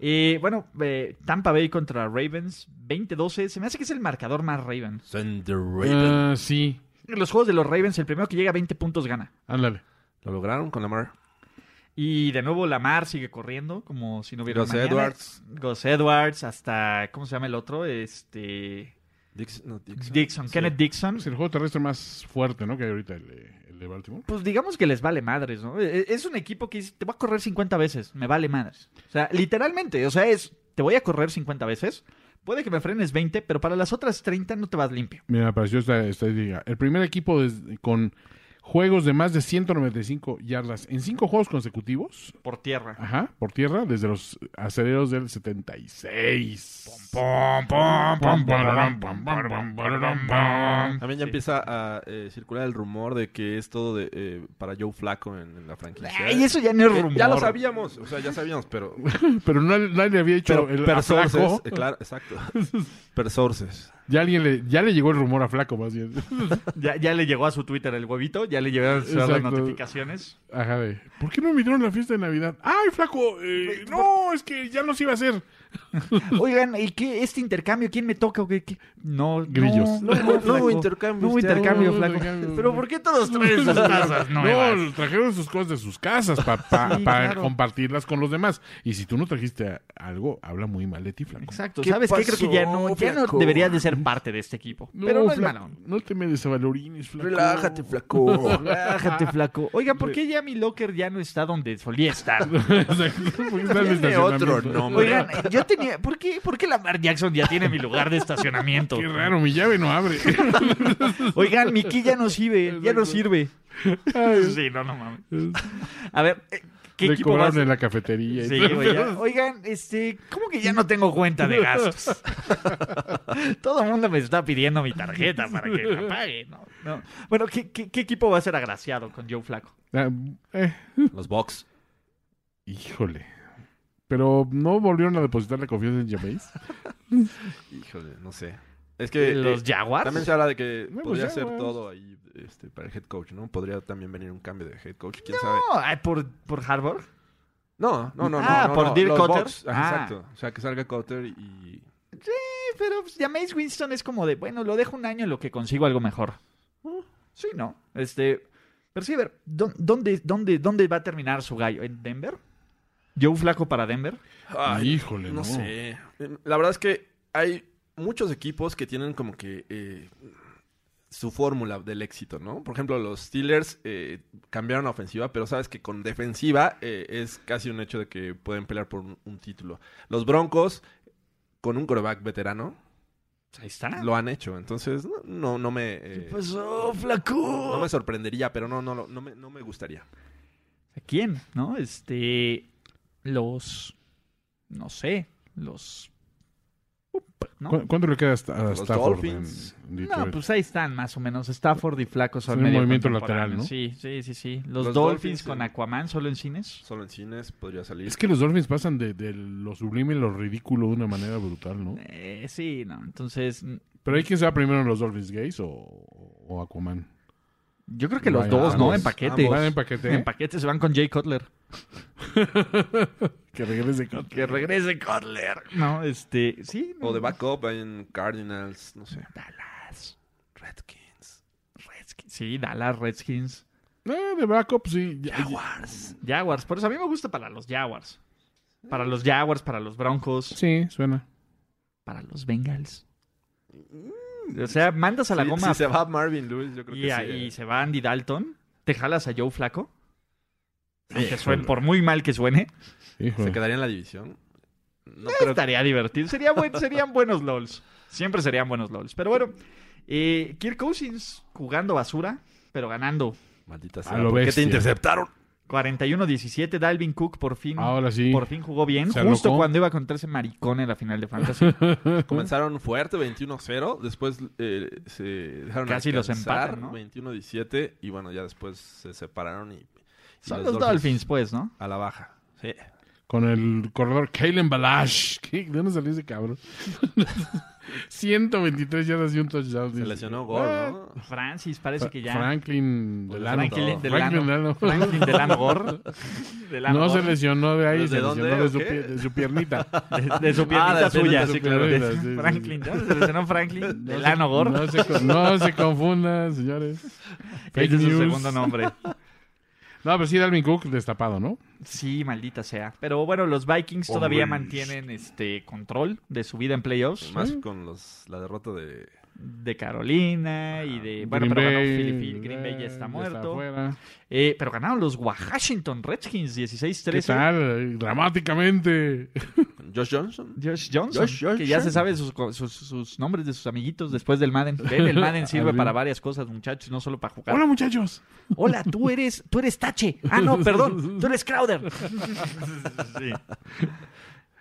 Speaker 1: Eh, bueno, eh, Tampa Bay contra Ravens, 20-12. Se me hace que es el marcador más Ravens.
Speaker 3: Send the
Speaker 1: Eh.
Speaker 2: Ah, sí.
Speaker 1: En los juegos de los Ravens, el primero que llega a 20 puntos gana.
Speaker 2: Ándale.
Speaker 3: Lo lograron con Lamar.
Speaker 1: Y de nuevo Lamar sigue corriendo, como si no hubiera
Speaker 3: Gus
Speaker 1: mañana.
Speaker 3: Edwards.
Speaker 1: Gus Edwards, hasta, ¿cómo se llama el otro? Este...
Speaker 3: Dix- no, Dixon.
Speaker 1: Dixon,
Speaker 3: Sí.
Speaker 1: Kenneth Dixon.
Speaker 2: Es el juego terrestre más fuerte, ¿no? Que hay ahorita el, de- el de Baltimore.
Speaker 1: Pues digamos que les vale madres, ¿no? E- Es un equipo que dice, te voy a correr 50 veces, me vale madres. O sea, literalmente, o sea, es, te voy a correr 50 veces, puede que me frenes 20, pero para las otras 30 no te vas limpio.
Speaker 2: Mira, me apareció esta estadística. El primer equipo des- con juegos de más de 195 yardas en cinco juegos consecutivos,
Speaker 1: Por tierra.
Speaker 2: ajá, por tierra, desde los aceleros del 76.
Speaker 3: También ya empieza a eh, circular el rumor de que es todo de, eh, para Joe Flacco en, en la franquicia.
Speaker 1: Ay, Ah, eso ya no es
Speaker 3: Eh,
Speaker 1: rumor.
Speaker 3: Ya lo sabíamos, o sea, ya sabíamos, pero.
Speaker 2: Pero nadie, nadie había hecho
Speaker 3: Pero
Speaker 2: el
Speaker 3: per
Speaker 2: a Flaco.
Speaker 3: sources, eh, claro, exacto. per sources.
Speaker 2: Ya, alguien le, ya le llegó el rumor a Flaco, más bien.
Speaker 1: Ya, ya le llegó a su Twitter el huevito, ya le llegaron las
Speaker 2: Exacto.
Speaker 1: notificaciones.
Speaker 2: Ajá, de. ¿Por qué no me dieron la fiesta de Navidad? ¡Ay, Flaco! eh, no, es que ya nos iba a hacer.
Speaker 1: Oigan, ¿y qué? ¿Este intercambio? ¿Quién me toca? o qué- qué? No,
Speaker 2: Grillos. Este,
Speaker 1: No, no, flaco.
Speaker 3: intercambio.
Speaker 1: No intercambio,
Speaker 2: No,
Speaker 1: flaco.
Speaker 2: intercambio.
Speaker 1: Pero ¿por qué todos traen esas cosas nuevas?
Speaker 2: No, trajeron sus cosas de sus casas para
Speaker 1: Sí, claro.
Speaker 2: compartirlas con los demás. Y si tú no trajiste a- algo, habla muy mal de ti, flaco.
Speaker 1: Exacto,
Speaker 3: ¿Qué
Speaker 1: ¿sabes qué? Creo que ya no,
Speaker 3: pasó,
Speaker 1: ya no
Speaker 3: flaco?
Speaker 1: deberías de ser parte de este equipo. Pero no es
Speaker 2: flaco,
Speaker 1: malo.
Speaker 2: No te me desvalorines, flaco.
Speaker 3: Relájate, flaco.
Speaker 1: Relájate, flaco. Oigan, ¿por qué ya mi locker ya no está donde solía estar?
Speaker 2: Exacto, porque está en el
Speaker 3: Tiene otro
Speaker 2: estacionamiento.
Speaker 3: nombre.
Speaker 1: Oigan, yo tenía... ¿Por qué, ¿Por qué Lamar Jackson ya tiene mi lugar de estacionamiento?
Speaker 2: Qué raro, mi llave no abre.
Speaker 1: Oigan, mi key ya no sirve, ya no sirve.
Speaker 2: Ay,
Speaker 1: Sí, no, no mames. A ver, eh, ¿qué
Speaker 2: Le
Speaker 1: equipo vas?
Speaker 2: cobraron en la cafetería. y
Speaker 1: Sí,
Speaker 2: todo.
Speaker 1: güey, ya. Oigan, este, ¿cómo que ya no tengo cuenta de gastos? Todo el mundo me está pidiendo mi tarjeta para que la pague. No, no. Bueno, ¿qué, qué, qué equipo va a ser agraciado con Joe Flaco?
Speaker 2: Ah, eh,
Speaker 3: Los Bucks.
Speaker 2: híjole. Pero no volvieron a depositar la confianza en Jameis.
Speaker 3: Híjole, no sé. Es que. eh,
Speaker 1: ¿Los Jaguars?
Speaker 3: también se habla de que
Speaker 2: No, pues
Speaker 3: podría
Speaker 2: ya,
Speaker 3: ser
Speaker 2: güey.
Speaker 3: todo ahí este, para el head coach, ¿no? Podría también venir un cambio de head coach, quién sabe.
Speaker 1: No, ay, ¿por, por Harvard?
Speaker 3: No, no, no.
Speaker 1: Ah,
Speaker 3: no, no,
Speaker 1: por
Speaker 3: no,
Speaker 1: Dirk
Speaker 3: los
Speaker 1: Cutter.
Speaker 3: Bucks. Ajá,
Speaker 1: Ah.
Speaker 3: Exacto. O sea, que salga Cotter y.
Speaker 1: Sí, pero pues, Jameis Winston es como de, bueno, lo dejo un año en lo que consigo algo mejor. Sí, ¿no? Este, pero sí, a ver, ¿dó- ¿dónde, dónde, dónde va a terminar su gallo? ¿En Denver? ¿Joe Flaco para Denver? Pues,
Speaker 3: Ay,
Speaker 2: híjole, no.
Speaker 3: No sé. La verdad es que hay muchos equipos que tienen como que eh, su fórmula del éxito, ¿no? Por ejemplo, los Steelers eh, cambiaron a ofensiva, pero sabes que con defensiva eh, es casi un hecho de que pueden pelear por un, un título. Los Broncos, con un coreback veterano,
Speaker 1: Pues ahí está.
Speaker 3: lo han hecho. Entonces, no, no, no me... eh,
Speaker 1: pues, pasó, Flaco?
Speaker 3: no me sorprendería, pero no, no, no, no me, no me gustaría.
Speaker 1: ¿A quién? ¿No? Este. Los. No sé. Los. ¿no?
Speaker 2: ¿Cu- ¿Cuánto le queda hasta- a
Speaker 3: Los
Speaker 2: Stafford en,
Speaker 3: Dolphins.
Speaker 2: en Detroit?
Speaker 1: No, pues ahí están más o menos. Stafford y Flaco son
Speaker 2: Son un
Speaker 1: medio
Speaker 2: movimiento
Speaker 1: contemporáneos.
Speaker 2: lateral, ¿no?
Speaker 1: Sí, sí, sí, sí. Los, Dolphins
Speaker 3: Los Dolphins,
Speaker 1: con
Speaker 3: sí.
Speaker 1: Aquaman solo en cines.
Speaker 3: Solo en cines podría salir.
Speaker 2: Es que los Dolphins pasan de, de lo sublime y lo ridículo de una manera brutal, ¿no?
Speaker 1: Eh, sí, no. Entonces, mm,
Speaker 2: Pero hay quien se va primero los Dolphins Gays o, o Aquaman.
Speaker 1: yo creo que los
Speaker 2: Vaya,
Speaker 1: dos, ¿no?
Speaker 3: ambos,
Speaker 1: En paquete.
Speaker 3: ambos.
Speaker 2: Van en paquete. ¿eh?
Speaker 1: En paquete se van con Jay Cutler.
Speaker 2: que regrese con-
Speaker 1: Que regrese Cutler. No, este. Sí. no.
Speaker 3: O de backup en Cardinals, no sé.
Speaker 1: Dallas.
Speaker 3: Redskins.
Speaker 1: Redskins. Sí, Dallas Redskins.
Speaker 2: Eh, de backup, sí. Ya-
Speaker 3: Jaguars.
Speaker 1: Jaguars. Por eso a mí me gusta para los Jaguars. Para los Jaguars, para los Broncos,
Speaker 2: Sí, suena.
Speaker 1: para los Bengals. O sea, mandas a la
Speaker 3: Mm. Sí,
Speaker 1: goma
Speaker 3: si se va Marvin Lewis, yo creo
Speaker 1: y,
Speaker 3: que sí.
Speaker 1: ahí
Speaker 3: eh.
Speaker 1: se va Andy Dalton. Te jalas a Joe Flaco. Aunque suene, por muy mal que suene,
Speaker 3: ¿Se quedaría en la división? No creo que...
Speaker 1: estaría divertido. Sería buen- serían buenos LOLs. Siempre serían buenos LOLs. Pero bueno, eh, Kirk Cousins jugando basura, pero ganando.
Speaker 3: Maldita
Speaker 2: A
Speaker 3: sea,
Speaker 2: lo
Speaker 3: ¿por qué te
Speaker 2: bestia.
Speaker 3: interceptaron?
Speaker 1: 41-17, Dalvin Cook por fin,
Speaker 2: Ahora sí.
Speaker 1: por fin jugó bien,
Speaker 2: Se
Speaker 1: justo
Speaker 2: alocó.
Speaker 1: cuando iba contra ese maricón en la final de Fantasy.
Speaker 3: Comenzaron fuerte, 21-0. Después eh, se dejaron
Speaker 1: Casi los
Speaker 3: alcanzar,
Speaker 1: empatan, ¿no?
Speaker 3: 21-17. Y bueno, ya después se separaron y... y
Speaker 1: Son los Dolphins, pues, ¿no?
Speaker 3: A la baja. Sí.
Speaker 2: Con el corredor Kalen Balash. ¿Qué? ¿De dónde salió ese cabrón? 123 yardas y un touchdown.
Speaker 3: Se
Speaker 2: dice.
Speaker 3: lesionó Gore,
Speaker 2: Ah,
Speaker 1: Eh.
Speaker 3: ¿no?
Speaker 1: Francis parece
Speaker 2: Fra-
Speaker 1: que ya. Pues
Speaker 2: Franklin Delano.
Speaker 1: Franklin
Speaker 2: Franklin
Speaker 1: Delano.
Speaker 2: Delano.
Speaker 1: Franklin Delano Gore. Delano
Speaker 2: No se
Speaker 1: Gore.
Speaker 2: lesionó de ahí,
Speaker 3: ¿De
Speaker 2: se
Speaker 3: dónde
Speaker 2: lesionó de
Speaker 3: o
Speaker 2: su,
Speaker 3: qué?
Speaker 2: pie- de su piernita.
Speaker 1: De, de su
Speaker 3: Ah,
Speaker 1: piernita
Speaker 3: de su
Speaker 1: suya.
Speaker 3: piernita, sí,
Speaker 1: sí,
Speaker 3: claro.
Speaker 1: de-
Speaker 2: Sí, sí, sí.
Speaker 1: Franklin, ¿no? Se lesionó Franklin Delano Gore.
Speaker 2: No se, co- no se confundan, señores.
Speaker 1: Ese es su
Speaker 2: news.
Speaker 1: segundo nombre.
Speaker 2: No, pero sí, Dalvin Cook destapado, ¿no?
Speaker 1: Sí, maldita sea. Pero bueno, los Vikings todavía
Speaker 5: Hombres.
Speaker 1: mantienen este control de su vida en playoffs.
Speaker 3: Más con los, la derrota de...
Speaker 1: De Carolina y de. Bueno,
Speaker 2: Green
Speaker 1: pero ganó
Speaker 2: Bay, eh,
Speaker 1: Philip- Green Bay ya está muerto.
Speaker 2: afuera.
Speaker 1: Eh, pero ganaron los Washington Redskins 16-13.
Speaker 2: ¿Qué tal? Dramáticamente.
Speaker 3: con Josh Johnson.
Speaker 1: Josh Johnson,
Speaker 3: Josh Johnson.
Speaker 1: que ya se sabe sus, co- sus- sus nombres de sus amiguitos después del Madden. Ven, el Madden sirve
Speaker 2: Así.
Speaker 1: para varias cosas, muchachos, no solo para jugar.
Speaker 2: Hola, muchachos.
Speaker 1: Hola, tú eres, tú eres Tache. Ah, no, perdón, tú eres Crowder. Sí.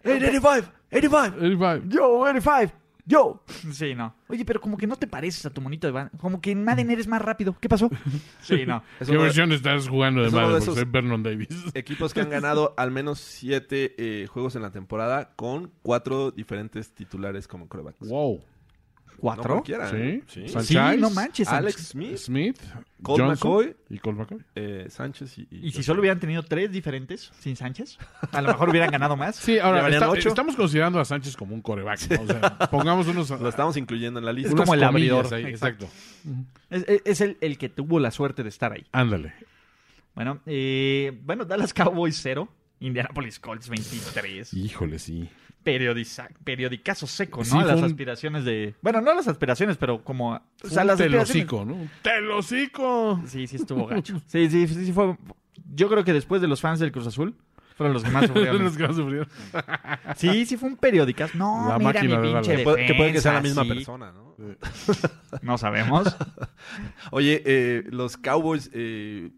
Speaker 3: 85, 85.
Speaker 2: Ahí va.
Speaker 1: Yo, 85, yo. Sí, no. Oye, pero como que no te pareces a tu monito de Madden. Como que en Madden eres más rápido. ¿Qué pasó? Sí, no.
Speaker 3: Es
Speaker 2: ¿Qué
Speaker 3: uno de-
Speaker 2: versión estás jugando de
Speaker 3: es uno
Speaker 2: madre?
Speaker 3: de
Speaker 2: Por
Speaker 3: esos-
Speaker 2: soy Vernon Davis.
Speaker 3: equipos que han ganado al menos siete eh, juegos en la temporada con cuatro diferentes titulares como corebacks.
Speaker 2: Wow.
Speaker 3: No
Speaker 1: ¿Cuatro?
Speaker 3: cualquiera,
Speaker 2: Sí.
Speaker 3: ¿eh? Sí.
Speaker 2: Sánchez,
Speaker 1: sí, no manches.
Speaker 3: Alex Smith,
Speaker 2: Smith,
Speaker 3: Colt
Speaker 2: Johnson
Speaker 3: McCoy.
Speaker 2: y Colt McCoy.
Speaker 3: eh, Sánchez y...
Speaker 1: Y si solo hubieran tenido tres diferentes sin Sánchez, a lo mejor hubieran ganado más.
Speaker 2: Sí, ahora
Speaker 3: Llevarían
Speaker 2: está-
Speaker 3: ocho.
Speaker 2: estamos considerando a Sánchez como un coreback. ¿no? O sea, pongamos unos.
Speaker 3: Lo estamos incluyendo en la lista.
Speaker 1: Es como el
Speaker 2: comillas
Speaker 1: abridor.
Speaker 2: ahí, exacto.
Speaker 1: Es, es- es el, el que tuvo la suerte de estar ahí.
Speaker 2: Ándale.
Speaker 1: Bueno, eh, bueno, Dallas Cowboys 0, Indianapolis Colts 23.
Speaker 2: Híjole, sí.
Speaker 1: Periodiza, periodicazo seco, ¿no?
Speaker 2: Sí,
Speaker 1: a las
Speaker 2: fue un-
Speaker 1: aspiraciones de. Bueno, no a las aspiraciones, pero como. a- O sea,
Speaker 2: Un
Speaker 1: las aspiraciones-
Speaker 2: telocico, ¿no? Un ¡Telocico!
Speaker 1: Sí, sí, estuvo gacho. Sí, sí, sí, sí fue. Yo creo que después de los fans del Cruz Azul. Fueron los que más sufrieron.
Speaker 2: Los que van a sufrir.
Speaker 1: Sí, sí fue un periodicazo. No,
Speaker 2: La
Speaker 1: mira mi
Speaker 2: máquina de
Speaker 1: pinche
Speaker 2: Dallas.
Speaker 3: Que puede- que puede que sea la
Speaker 1: defensa,
Speaker 3: misma
Speaker 1: sí. Eh,
Speaker 3: persona, ¿no?
Speaker 1: No sabemos.
Speaker 3: Oye, eh, los Cowboys eh,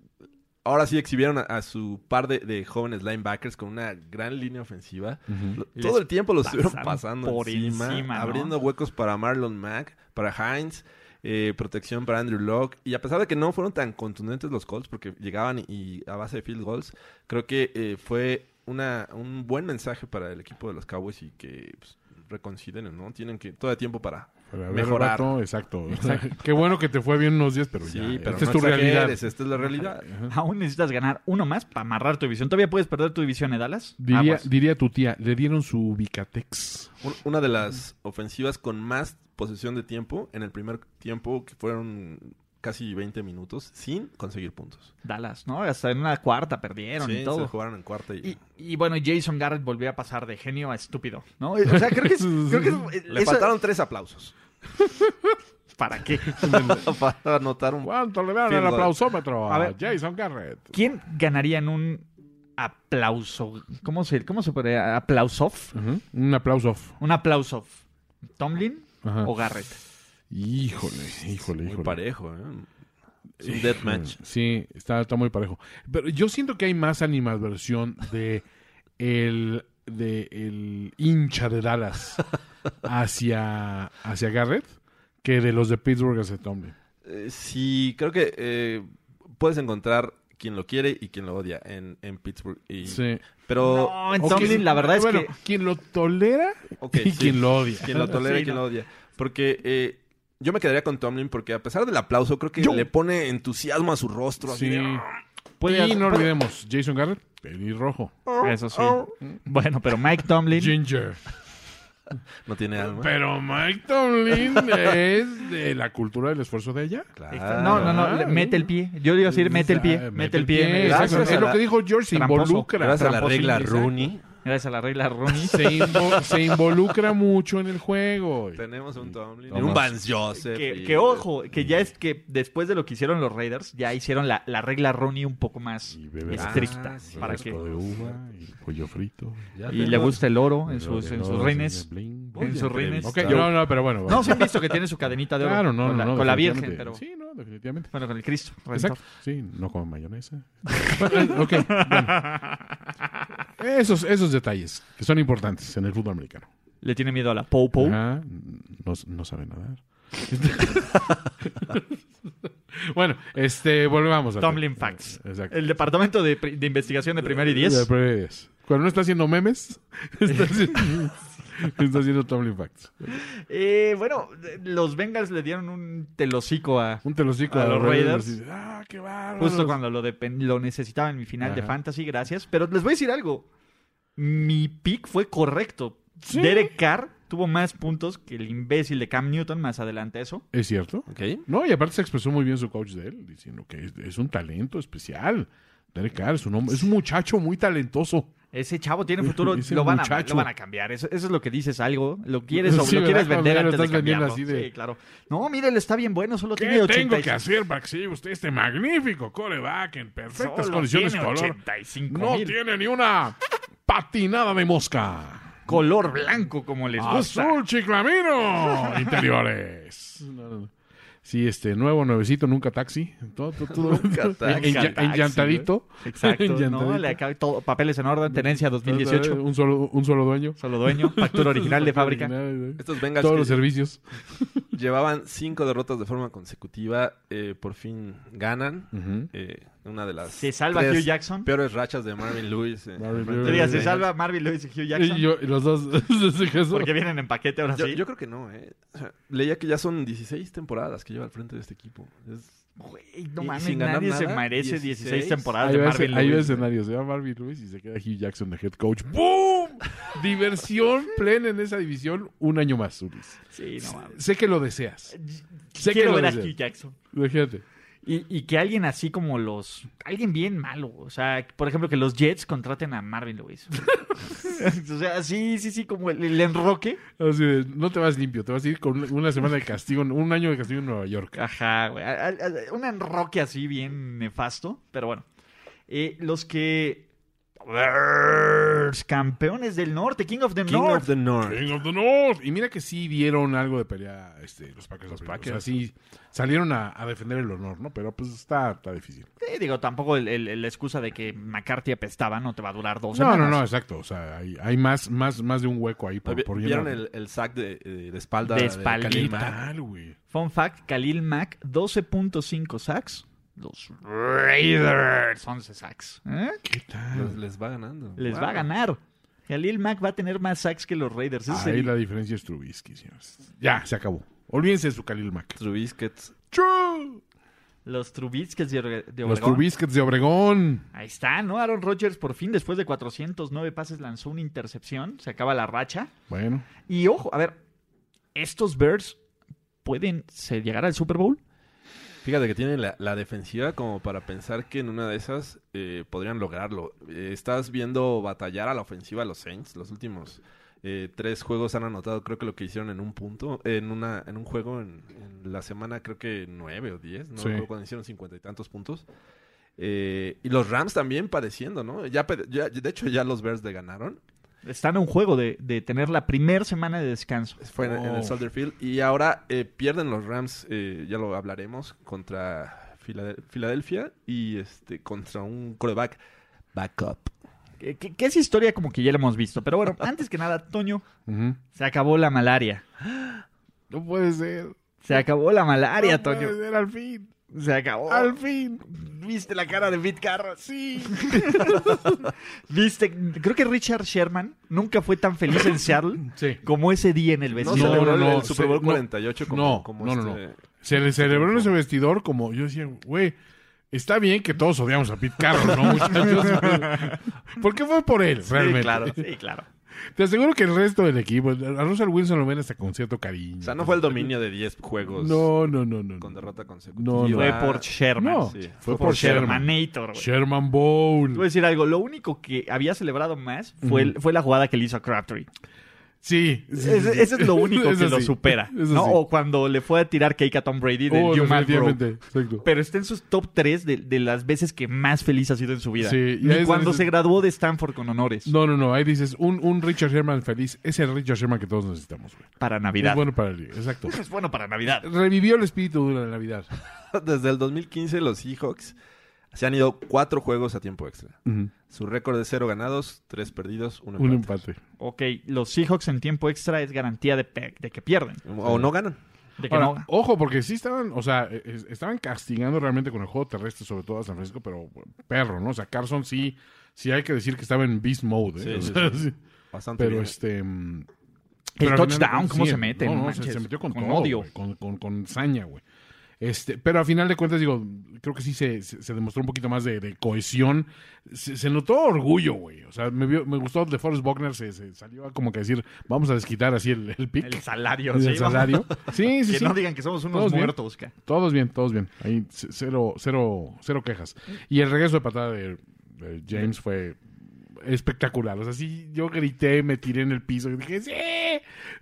Speaker 3: ahora sí exhibieron a, a su par de, de jóvenes linebackers con una gran línea ofensiva. Lo-
Speaker 1: Les
Speaker 3: Todo el tiempo los estuvieron
Speaker 1: pasaron
Speaker 3: pasando
Speaker 1: por
Speaker 3: encima,
Speaker 1: encima, ¿no?
Speaker 3: abriendo huecos para Marlon Mack, para Hines, eh, protección para Andrew Locke. Y a pesar de que no fueron tan contundentes los Colts, porque llegaban y a base de field goals, creo que eh, fue una, un buen mensaje para el equipo de los Cowboys y que pues, reconsideren, ¿no? Tienen que todo el tiempo para
Speaker 2: Para ver
Speaker 3: mejorar.
Speaker 2: rato, exacto. Qué bueno que te fue bien unos días, pero
Speaker 3: Sí,
Speaker 2: ya.
Speaker 3: pero
Speaker 2: esta es
Speaker 3: no
Speaker 2: tu
Speaker 3: exageres,
Speaker 2: realidad.
Speaker 3: Esta es la realidad.
Speaker 1: Aún necesitas ganar uno más para amarrar tu división. Todavía puedes perder tu división, ¿eh, Dallas?
Speaker 2: Diría,
Speaker 1: Aguas.
Speaker 2: diría tu tía, le dieron su Ubicatex.
Speaker 3: Un- Una de las ofensivas con más posesión de tiempo en el primer tiempo, que fueron casi 20 minutos, sin conseguir puntos.
Speaker 1: Dallas, ¿no? Hasta en una cuarta perdieron
Speaker 3: Sí,
Speaker 1: y
Speaker 3: se
Speaker 1: todo.
Speaker 3: jugaron en cuarta y,
Speaker 1: Y, y bueno, Jason Garrett volvió a pasar de genio a estúpido, ¿no? O sea, creo que es. creo que es- eh,
Speaker 3: le
Speaker 1: eso-
Speaker 3: faltaron tres aplausos
Speaker 1: ¿Para qué?
Speaker 3: para anotar un...
Speaker 2: ¿Cuánto le dan
Speaker 3: Field
Speaker 2: el
Speaker 3: goal.
Speaker 2: aplausómetro
Speaker 1: A
Speaker 2: a,
Speaker 1: ver.
Speaker 2: Jason Garrett?
Speaker 1: ¿Quién ganaría en un aplauso? ¿Cómo se, cómo se podría? ¿Aplausoff?
Speaker 2: Ujú. Un aplauso.
Speaker 1: ¿Un aplausoff? ¿Tomlin
Speaker 2: Ajá.
Speaker 1: o Garrett?
Speaker 2: Híjole, híjole,
Speaker 3: Muy
Speaker 2: híjole.
Speaker 3: parejo, ¿eh? Es un death match.
Speaker 2: Sí, está, está muy parejo. Pero yo siento que hay más animadversión de el, de el hincha de Dallas hacia, hacia Garrett que de los de Pittsburgh hacia Tomlin.
Speaker 3: Eh, sí, creo que eh, puedes encontrar quien lo quiere y quien lo odia en, en Pittsburgh. Y-
Speaker 2: Sí.
Speaker 3: Pero,
Speaker 1: No, en
Speaker 2: O
Speaker 1: Tomlin
Speaker 2: quien-
Speaker 1: la verdad es
Speaker 2: bueno,
Speaker 1: que.
Speaker 2: quien lo tolera
Speaker 3: ok,
Speaker 2: y
Speaker 3: sí.
Speaker 2: quien lo odia.
Speaker 3: Quien lo tolera
Speaker 1: Sí,
Speaker 3: y quien
Speaker 1: no.
Speaker 3: lo odia. Porque eh, yo me quedaría con Tomlin porque a pesar del aplauso, creo que
Speaker 2: Yo.
Speaker 3: le pone entusiasmo a su rostro. así
Speaker 2: Sí.
Speaker 3: de,
Speaker 1: Puede-
Speaker 2: y no
Speaker 1: puede-
Speaker 2: olvidemos, Jason Garrett, pelirrojo.
Speaker 3: "Ah, oh".
Speaker 1: Eso sí. Bueno, pero Mike Tomlin
Speaker 2: Ginger.
Speaker 3: No tiene alma.
Speaker 2: Pero Mike Tomlin es de la cultura del esfuerzo de ella.
Speaker 3: Claro.
Speaker 1: no, no, no, le- mete el pie. Yo iba a decir, mete el
Speaker 2: Ah,
Speaker 1: pie, Ah, mete el pie.
Speaker 2: exacto.
Speaker 1: Gracias,
Speaker 3: Gracias
Speaker 2: es
Speaker 3: a
Speaker 2: lo
Speaker 3: la-
Speaker 2: que dijo George, se
Speaker 1: Tramposo.
Speaker 2: involucra.
Speaker 3: Gracias a la
Speaker 2: Tramposo,
Speaker 3: regla
Speaker 2: exacto.
Speaker 3: Rooney.
Speaker 1: gracias a la regla Rooney.
Speaker 2: Se, invo- se involucra mucho en el juego.
Speaker 3: Tenemos un Tomlin.
Speaker 4: Tomás.
Speaker 3: un Vance Joseph.
Speaker 1: Que,
Speaker 3: y-
Speaker 1: que ojo, que ya es que después de lo que hicieron los Raiders, ya hicieron la, la regla Rooney un poco más
Speaker 4: Y bebe
Speaker 1: estricta.
Speaker 3: Ah, sí,
Speaker 1: para
Speaker 4: refresco
Speaker 1: que,
Speaker 4: de uva y pollo frito. Ya
Speaker 1: y
Speaker 4: te-
Speaker 1: le gusta el oro en
Speaker 4: Pero
Speaker 1: sus,
Speaker 4: que
Speaker 1: en
Speaker 4: no
Speaker 1: sus
Speaker 4: se
Speaker 1: reines.
Speaker 4: me bling.
Speaker 1: en sus reines.
Speaker 2: Ok,
Speaker 4: Claro.
Speaker 2: no, no, pero bueno. bueno.
Speaker 1: No, se han visto que tiene su cadenita de oro
Speaker 2: claro, no,
Speaker 1: con, la,
Speaker 2: no, no,
Speaker 1: con la Virgen, pero
Speaker 2: definitivamente. Sí, no, definitivamente.
Speaker 1: bueno, con el Cristo. Redentor.
Speaker 2: Exacto.
Speaker 4: Sí, no como mayonesa.
Speaker 2: ok, bueno. Esos, esos detalles que son importantes en el fútbol americano.
Speaker 1: Le tiene miedo a la Pou Pou.
Speaker 4: Ajá, no, no sabe nadar.
Speaker 2: Bueno, este, volvamos a
Speaker 1: Tomlin Facts.
Speaker 2: Exacto.
Speaker 1: El departamento de, pri- de investigación de primera y
Speaker 2: Ya,
Speaker 1: diez.
Speaker 2: pero es- Cuando no está haciendo memes, está haciendo, está haciendo Tomlin Facts.
Speaker 1: Eh, bueno, de- los Bengals le dieron un telocico a.
Speaker 2: Un telocico
Speaker 1: A los Raiders.
Speaker 2: y dice, ah, qué bárbaro.
Speaker 1: Justo cuando lo, depen- lo necesitaba en mi final de
Speaker 2: Ajá.
Speaker 1: Fantasy, gracias. Pero les voy a decir algo. Mi pick fue correcto. Derek Carr tuvo más puntos que el imbécil de Cam Newton más adelante eso.
Speaker 2: ¿Es cierto?
Speaker 3: Ok.
Speaker 2: No, y aparte se expresó muy bien su coach de él, diciendo que es, es un talento especial. Derek Carr es un, hombre, es un muchacho muy talentoso.
Speaker 1: Ese chavo tiene futuro,
Speaker 2: Ese
Speaker 1: lo van, a,
Speaker 2: muchacho.
Speaker 1: lo van a cambiar. Eso, eso es lo que dices algo. Lo quieres, o
Speaker 2: Sí,
Speaker 1: lo
Speaker 2: ¿verdad?
Speaker 1: quieres
Speaker 2: Cuando
Speaker 1: vender
Speaker 2: ya lo
Speaker 1: antes de
Speaker 2: estás vendiendo
Speaker 1: cambiarlo.
Speaker 2: así de-
Speaker 1: Sí, claro. No, mira, él está bien bueno, solo
Speaker 2: ¿Qué
Speaker 1: tiene 85.
Speaker 2: tengo que hacer para que se lleve usted este magnífico coreback en perfectas
Speaker 1: Solo
Speaker 2: condiciones de
Speaker 1: tiene
Speaker 2: color?
Speaker 1: 85
Speaker 2: No
Speaker 1: mil.
Speaker 2: tiene ni una patinada de mosca.
Speaker 1: Color blanco como les gusta.
Speaker 2: Azul Chiclamino. Interiores. Sí, este, nuevo, nuevecito, nunca taxi. Todo, todo, todo.
Speaker 3: Nunca taxi.
Speaker 2: En- en-
Speaker 1: Nunca taxi,
Speaker 2: Enllantadito.
Speaker 1: Exacto.
Speaker 2: Enllantadito.
Speaker 1: No, le acaba todo. Papeles en orden, tenencia 2018.
Speaker 2: Un solo, un solo dueño.
Speaker 1: Solo dueño, factura original de fábrica.
Speaker 3: Estos Bengals
Speaker 2: Todos
Speaker 3: que
Speaker 2: los servicios.
Speaker 3: llevaban cinco derrotas de forma consecutiva, eh, por fin ganan. Eh, una de las
Speaker 1: Se salva
Speaker 3: tres
Speaker 1: Hugh Jackson.
Speaker 3: peores rachas de Marvin Lewis. eh.
Speaker 2: Marvin
Speaker 3: Frente
Speaker 1: Te
Speaker 2: Lewis.
Speaker 3: a
Speaker 1: diga,
Speaker 3: los
Speaker 1: se
Speaker 3: Bengals.
Speaker 1: salva Marvin Lewis y Hugh Jackson.
Speaker 2: Y yo, y los dos. sí, que eso.
Speaker 1: Porque vienen en paquete ahora
Speaker 3: Yo,
Speaker 1: ¿Ah, sí.
Speaker 3: yo creo que no, ¿eh? O sea, leía que ya son 16 temporadas que lleva al frente de este equipo. Es-
Speaker 1: Güey, no
Speaker 3: Y
Speaker 1: mames,
Speaker 3: sin ganar
Speaker 1: nadie se
Speaker 3: nada,
Speaker 1: merece 16,
Speaker 3: 16
Speaker 1: temporadas
Speaker 2: Ahí
Speaker 1: de
Speaker 2: va
Speaker 1: Marvin
Speaker 2: ese- ahí va
Speaker 1: Lewis.
Speaker 2: escenario. Se va Marvin Lewis y se queda Hugh Jackson de head coach. ¡Boom! Diversión plena en esa división. Un año más, Ulis.
Speaker 1: Sí, no mames.
Speaker 2: Sé que lo deseas. Sé que
Speaker 1: Quiero
Speaker 2: lo
Speaker 1: ver a
Speaker 2: deseas.
Speaker 1: Hugh Jackson.
Speaker 2: Fíjate.
Speaker 1: Y, y que alguien así como los. Alguien bien malo. O sea, por ejemplo, que los Jets contraten a Marvin Lewis. o sea, sí, sí, sí, como el, el enroque.
Speaker 2: Así de, no te vas limpio, te vas a ir con una semana de castigo, un año de castigo en Nueva York.
Speaker 1: Ajá, güey. A- a- a- Un enroque así bien nefasto. Pero bueno. Eh, los que. Brrr, Campeones del norte, King of the
Speaker 3: King
Speaker 1: North.
Speaker 3: of the North.
Speaker 2: King of the North. Y mira que sí dieron algo de pelea este, los Packers. Los
Speaker 3: Packers.
Speaker 2: O sea, sí salieron a, a defender el honor, ¿no? Pero pues está, está difícil.
Speaker 1: Sí, Eh, digo, tampoco el- el- la excusa de que McCarthy apestaba no te va a durar dos
Speaker 2: No,
Speaker 1: semanas.
Speaker 2: no, no, exacto. O sea, hay, hay más, más, más de un hueco ahí por, por
Speaker 3: ¿Vieron
Speaker 2: llenar.
Speaker 3: el, el sack de, eh, de espalda?
Speaker 1: De
Speaker 3: de
Speaker 1: espaldita.
Speaker 3: Khalil
Speaker 2: ¿Qué
Speaker 3: Mack?
Speaker 2: tal, güey?
Speaker 1: Fun fact, Khalil Mack, 12.5 sacks. Los Raiders, 11 sacks. ¿Eh?
Speaker 2: ¿Qué
Speaker 3: Les,
Speaker 2: tal?
Speaker 3: les va ganando.
Speaker 1: Les
Speaker 3: Wow.
Speaker 1: va a ganar. Khalil Mack va a tener más sacks que los Raiders. Ese es
Speaker 2: Ahí
Speaker 1: el-
Speaker 2: la diferencia es Trubisky, señores. Ya, se acabó. Olvídense de su Khalil Mack.
Speaker 3: Trubiscuits.
Speaker 1: Los Trubisques de, Oreg- de
Speaker 2: Los
Speaker 1: Oregón.
Speaker 2: Trubiskets de Obregón.
Speaker 1: Ahí está, ¿no? Aaron Rodgers por fin, después de 409 pases, lanzó una intercepción. Se acaba la racha.
Speaker 2: Bueno.
Speaker 1: Y ojo, a ver, ¿estos Bears pueden se, llegar al Super Bowl?
Speaker 3: Fíjate que tienen la, la defensiva como para pensar que en una de esas eh, podrían lograrlo. Eh, estás viendo batallar a la ofensiva a los Saints. Los últimos eh, tres juegos han anotado, creo que lo que hicieron en un punto, en una en un juego en, en la semana, creo que nueve o diez, ¿no?
Speaker 2: Sí.
Speaker 3: Recuerdo Cuando hicieron cincuenta y tantos puntos. Eh, y los Rams también pareciendo, ¿no? Ya, pe- ya- de hecho, ya los Bears le ganaron.
Speaker 1: Están a un juego de, de tener la primera semana de descanso.
Speaker 3: Fue en, en
Speaker 2: Oh.
Speaker 3: el Soldier Field. Y ahora eh, pierden los Rams, eh, ya lo hablaremos, contra Filade- Filadelfia y este contra un coreback backup.
Speaker 1: Que, que- que es historia como que ya la hemos visto. Pero bueno, antes que nada, Toño,
Speaker 2: Ujú.
Speaker 1: se acabó la malaria.
Speaker 2: No puede ser.
Speaker 1: Se acabó la malaria,
Speaker 2: no
Speaker 1: Toño.
Speaker 2: puede ser, al fin.
Speaker 1: Se acabó.
Speaker 2: Al fin.
Speaker 1: ¿Viste la cara de Pete Carroll?
Speaker 2: Sí.
Speaker 1: ¿Viste? Creo que Richard Sherman nunca fue tan feliz en Seattle
Speaker 2: Sí.
Speaker 1: como ese día en el
Speaker 3: No,
Speaker 1: vecino.
Speaker 3: celebró
Speaker 2: no,
Speaker 3: el-
Speaker 2: no,
Speaker 3: el Super
Speaker 2: se-
Speaker 3: Bowl
Speaker 2: no.
Speaker 3: 48 como,
Speaker 2: No,
Speaker 3: como
Speaker 2: no, no,
Speaker 3: este-
Speaker 2: Se le celebró en ese vestidor como yo decía, güey, está bien que todos odiamos a Pete Carroll, ¿no? muchachos? Porque fue por él,
Speaker 1: Sí,
Speaker 2: realmente.
Speaker 1: claro, sí, claro.
Speaker 2: Te aseguro que el resto del equipo, a Russell Wilson lo ven hasta con cierto cariño.
Speaker 3: O sea, no fue el dominio de 10 juegos
Speaker 2: No, no, no, no.
Speaker 3: con
Speaker 2: no.
Speaker 3: derrota consecutiva.
Speaker 2: No,
Speaker 1: Y
Speaker 2: no.
Speaker 1: fue por Sherman.
Speaker 2: No,
Speaker 3: Sí.
Speaker 2: fue por Sherman.
Speaker 1: Shermanator, güey.
Speaker 2: Sherman
Speaker 1: Te voy a
Speaker 2: Bowl.
Speaker 1: decir algo. Lo único que había celebrado más fue, el- fue la jugada que le hizo a Crabtree.
Speaker 2: Sí. sí, sí,
Speaker 1: Ese,
Speaker 2: sí.
Speaker 1: ese es lo único
Speaker 2: Eso
Speaker 1: que lo
Speaker 2: sí.
Speaker 1: supera.
Speaker 2: Eso
Speaker 1: ¿no?
Speaker 2: sí.
Speaker 1: O cuando le fue a tirar cake a Tom Brady del
Speaker 2: Oh,
Speaker 1: You Mad Bro.
Speaker 2: definitivamente, exacto.
Speaker 1: Pero está en sus top 3 de, de las veces que más feliz ha sido en su vida.
Speaker 2: Sí, y
Speaker 1: Ni
Speaker 2: ahí es
Speaker 1: cuando
Speaker 2: donde-
Speaker 1: se graduó de Stanford con honores.
Speaker 2: No, no, no. Ahí dices, un, un Richard Sherman feliz es el Richard Sherman que todos necesitamos, güey.
Speaker 1: Para
Speaker 2: Es
Speaker 1: Navidad.
Speaker 2: bueno para el exacto.
Speaker 1: Es bueno para Navidad.
Speaker 2: Revivió el espíritu de la Navidad.
Speaker 3: Desde el 2015 los Seahawks se han ido cuatro juegos a tiempo extra. Su récord de cero ganados, tres perdidos, un
Speaker 2: Un
Speaker 3: empate.
Speaker 2: empate.
Speaker 1: Ok, los Seahawks en tiempo extra es garantía de, pe- de que pierden.
Speaker 3: O no ganan.
Speaker 1: De que
Speaker 2: Ahora,
Speaker 1: no.
Speaker 2: Ojo, porque sí estaban, o sea, eh, eh, estaban castigando realmente con el juego terrestre, sobre todo a San Francisco, pero bueno, perro, ¿no? O sea, Carson sí, sí hay que decir que estaba en beast mode, ¿eh?
Speaker 3: Sí,
Speaker 2: O
Speaker 3: sí,
Speaker 2: sea, sí.
Speaker 3: Bastante
Speaker 2: Pero
Speaker 3: bien.
Speaker 2: este. mm,
Speaker 1: El
Speaker 2: pero al final de
Speaker 1: touchdown,
Speaker 2: cuentas,
Speaker 1: ¿cómo
Speaker 2: sí,
Speaker 1: se mete?
Speaker 2: no,
Speaker 1: No
Speaker 2: no, se-
Speaker 1: manches,
Speaker 2: se, metió con,
Speaker 1: con
Speaker 2: todo,
Speaker 1: odio.
Speaker 2: güey, con, con- con saña, güey. Este, pero a final de cuentas, digo, creo que sí se, se- se demostró un poquito más de, de cohesión. Se, se notó orgullo, güey. O sea, me, vio- me gustó de Forrest Buckner, se, se salió a como que decir, vamos a desquitar así el, el pick,
Speaker 1: El salario.
Speaker 2: el
Speaker 1: sí, vamos.
Speaker 2: salario. Sí, sí,
Speaker 1: Que
Speaker 2: sí.
Speaker 1: no digan que somos unos
Speaker 2: Todos bien.
Speaker 1: muertos, ca.
Speaker 2: Todos bien, todos bien. Ahí c- cero, cero, cero quejas. Y el regreso de patada de, de James fue espectacular. O sea, sí, yo grité, me tiré en el piso y dije, ¡sí!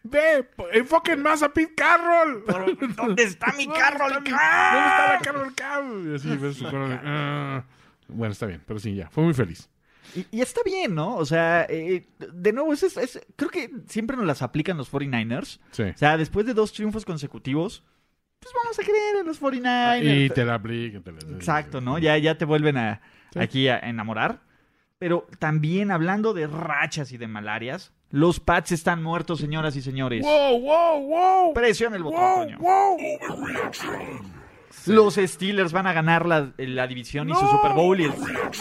Speaker 2: ¡Ve! po- ¡Enfoquen más a Pete Carroll!
Speaker 1: ¿Dónde está mi
Speaker 2: ¿Dónde
Speaker 1: Carroll
Speaker 2: está mi-
Speaker 1: Cam?
Speaker 2: ¿Dónde está la Carroll Cam? Y así, ves su cara de, "Ah". Bueno, está bien, pero sí, ya. Fue muy feliz.
Speaker 1: Y, y está bien, ¿no? O sea, eh, de nuevo, es, es- es- creo que siempre nos las aplican los 49ers.
Speaker 2: Sí.
Speaker 1: O sea, después de dos triunfos consecutivos, pues vamos a creer en los 49ers.
Speaker 2: Ah, Y te la apliquen, te la-
Speaker 1: Exacto, ¿no? Ya, ya te vuelven a, aquí a enamorar. Pero también hablando de rachas y de malarias, los Pats están muertos, señoras y señores.
Speaker 2: ¡Wow, wow, wow!
Speaker 1: Presiona el botón, coño.
Speaker 2: ¡Wow, wow!
Speaker 1: Los Steelers van a ganar la, la división y su
Speaker 2: No.
Speaker 1: Super Bowl. Y el-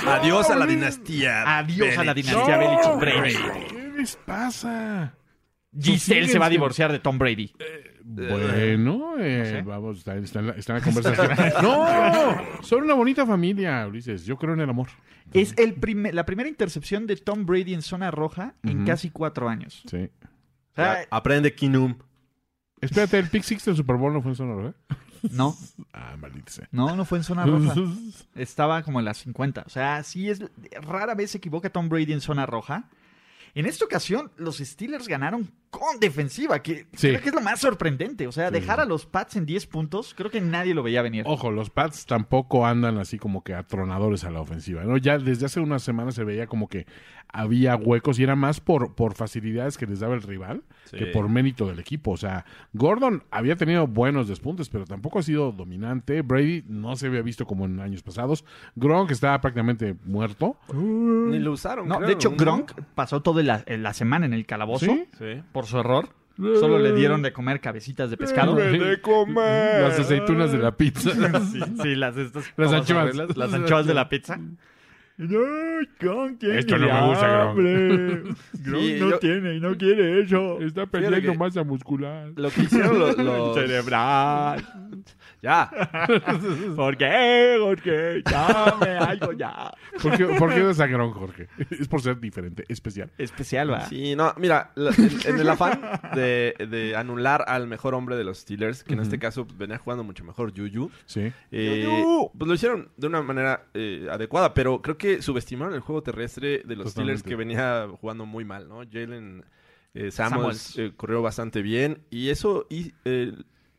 Speaker 3: Adiós a la dinastía.
Speaker 1: Adiós a la
Speaker 3: Belichick.
Speaker 1: dinastía Belichick Brady.
Speaker 2: ¿Qué les pasa?
Speaker 1: Giselle se va a divorciar de Tom Brady.
Speaker 4: Eh,
Speaker 2: Bueno, eh,
Speaker 1: sé.
Speaker 2: vamos, está, está en la, está en la conversación. ¡No! Son una bonita familia, Ulises. Yo creo en el amor.
Speaker 1: Es el primer- la primera intercepción de Tom Brady en zona roja en
Speaker 2: Ujú.
Speaker 1: casi cuatro años.
Speaker 4: Sí.
Speaker 1: O sea,
Speaker 3: Aprende Kinum.
Speaker 2: Espérate, el pick six del Super Bowl no fue en zona roja.
Speaker 1: no,
Speaker 4: Ah, maldita sea.
Speaker 1: no, no fue en zona roja. Estaba como en las 50. O sea, sí es. Rara vez se equivoca Tom Brady en zona roja. En esta ocasión, los Steelers ganaron con defensiva, que
Speaker 2: Sí.
Speaker 1: creo que es lo más sorprendente. O sea, dejar a los Pats en 10 puntos, creo que nadie lo veía venir.
Speaker 2: Ojo, los Pats tampoco andan así como que atronadores a la ofensiva. ¿no? Ya desde hace unas semanas se veía como que había huecos y era más por, por facilidades que les daba el rival
Speaker 3: Sí.
Speaker 2: que por mérito del equipo. O sea, Gordon había tenido buenos despuntes, pero tampoco ha sido dominante. Brady no se había visto como en años pasados. Gronk estaba prácticamente muerto.
Speaker 3: Ni lo usaron.
Speaker 1: No,
Speaker 3: creo,
Speaker 1: de hecho,
Speaker 3: ¿no?
Speaker 1: Gronk pasó toda la, la semana en el calabozo
Speaker 2: ¿Sí?
Speaker 3: Sí.
Speaker 1: por su error. Solo le dieron de comer cabecitas de pescado.
Speaker 2: de comer. Las aceitunas de la pizza.
Speaker 1: Sí, sí, las estas
Speaker 2: Las
Speaker 1: famosas
Speaker 2: anchoas.
Speaker 1: reglas, las anchoas de la pizza.
Speaker 2: Esto no me gusta, Gronk.
Speaker 3: Sí, yo-
Speaker 1: tiene y no quiere eso.
Speaker 2: Está
Speaker 3: Fíjate
Speaker 2: perdiendo
Speaker 3: que-
Speaker 2: masa muscular.
Speaker 3: Lo que hicieron los... los-
Speaker 1: Cerebral.
Speaker 3: Ya.
Speaker 1: ¿Por qué? ¿Por qué? Dame algo ya.
Speaker 2: ¿Por qué, por qué odias a Gronk, Jorge? Es por ser diferente, especial.
Speaker 1: Especial, va.
Speaker 3: Sí, no, mira, la- en, en el afán de, de anular al mejor hombre de los Steelers, que en este caso pues, venía jugando mucho mejor Juju,
Speaker 2: Sí.
Speaker 3: eh, pues lo hicieron de una manera eh, adecuada, pero creo que subestimaron el juego terrestre de los Steelers
Speaker 2: Totalmente.
Speaker 3: que venía jugando muy mal, ¿no? Jalen eh, Samuels,
Speaker 1: Samuels.
Speaker 3: eh, corrió bastante bien y eso y, eh,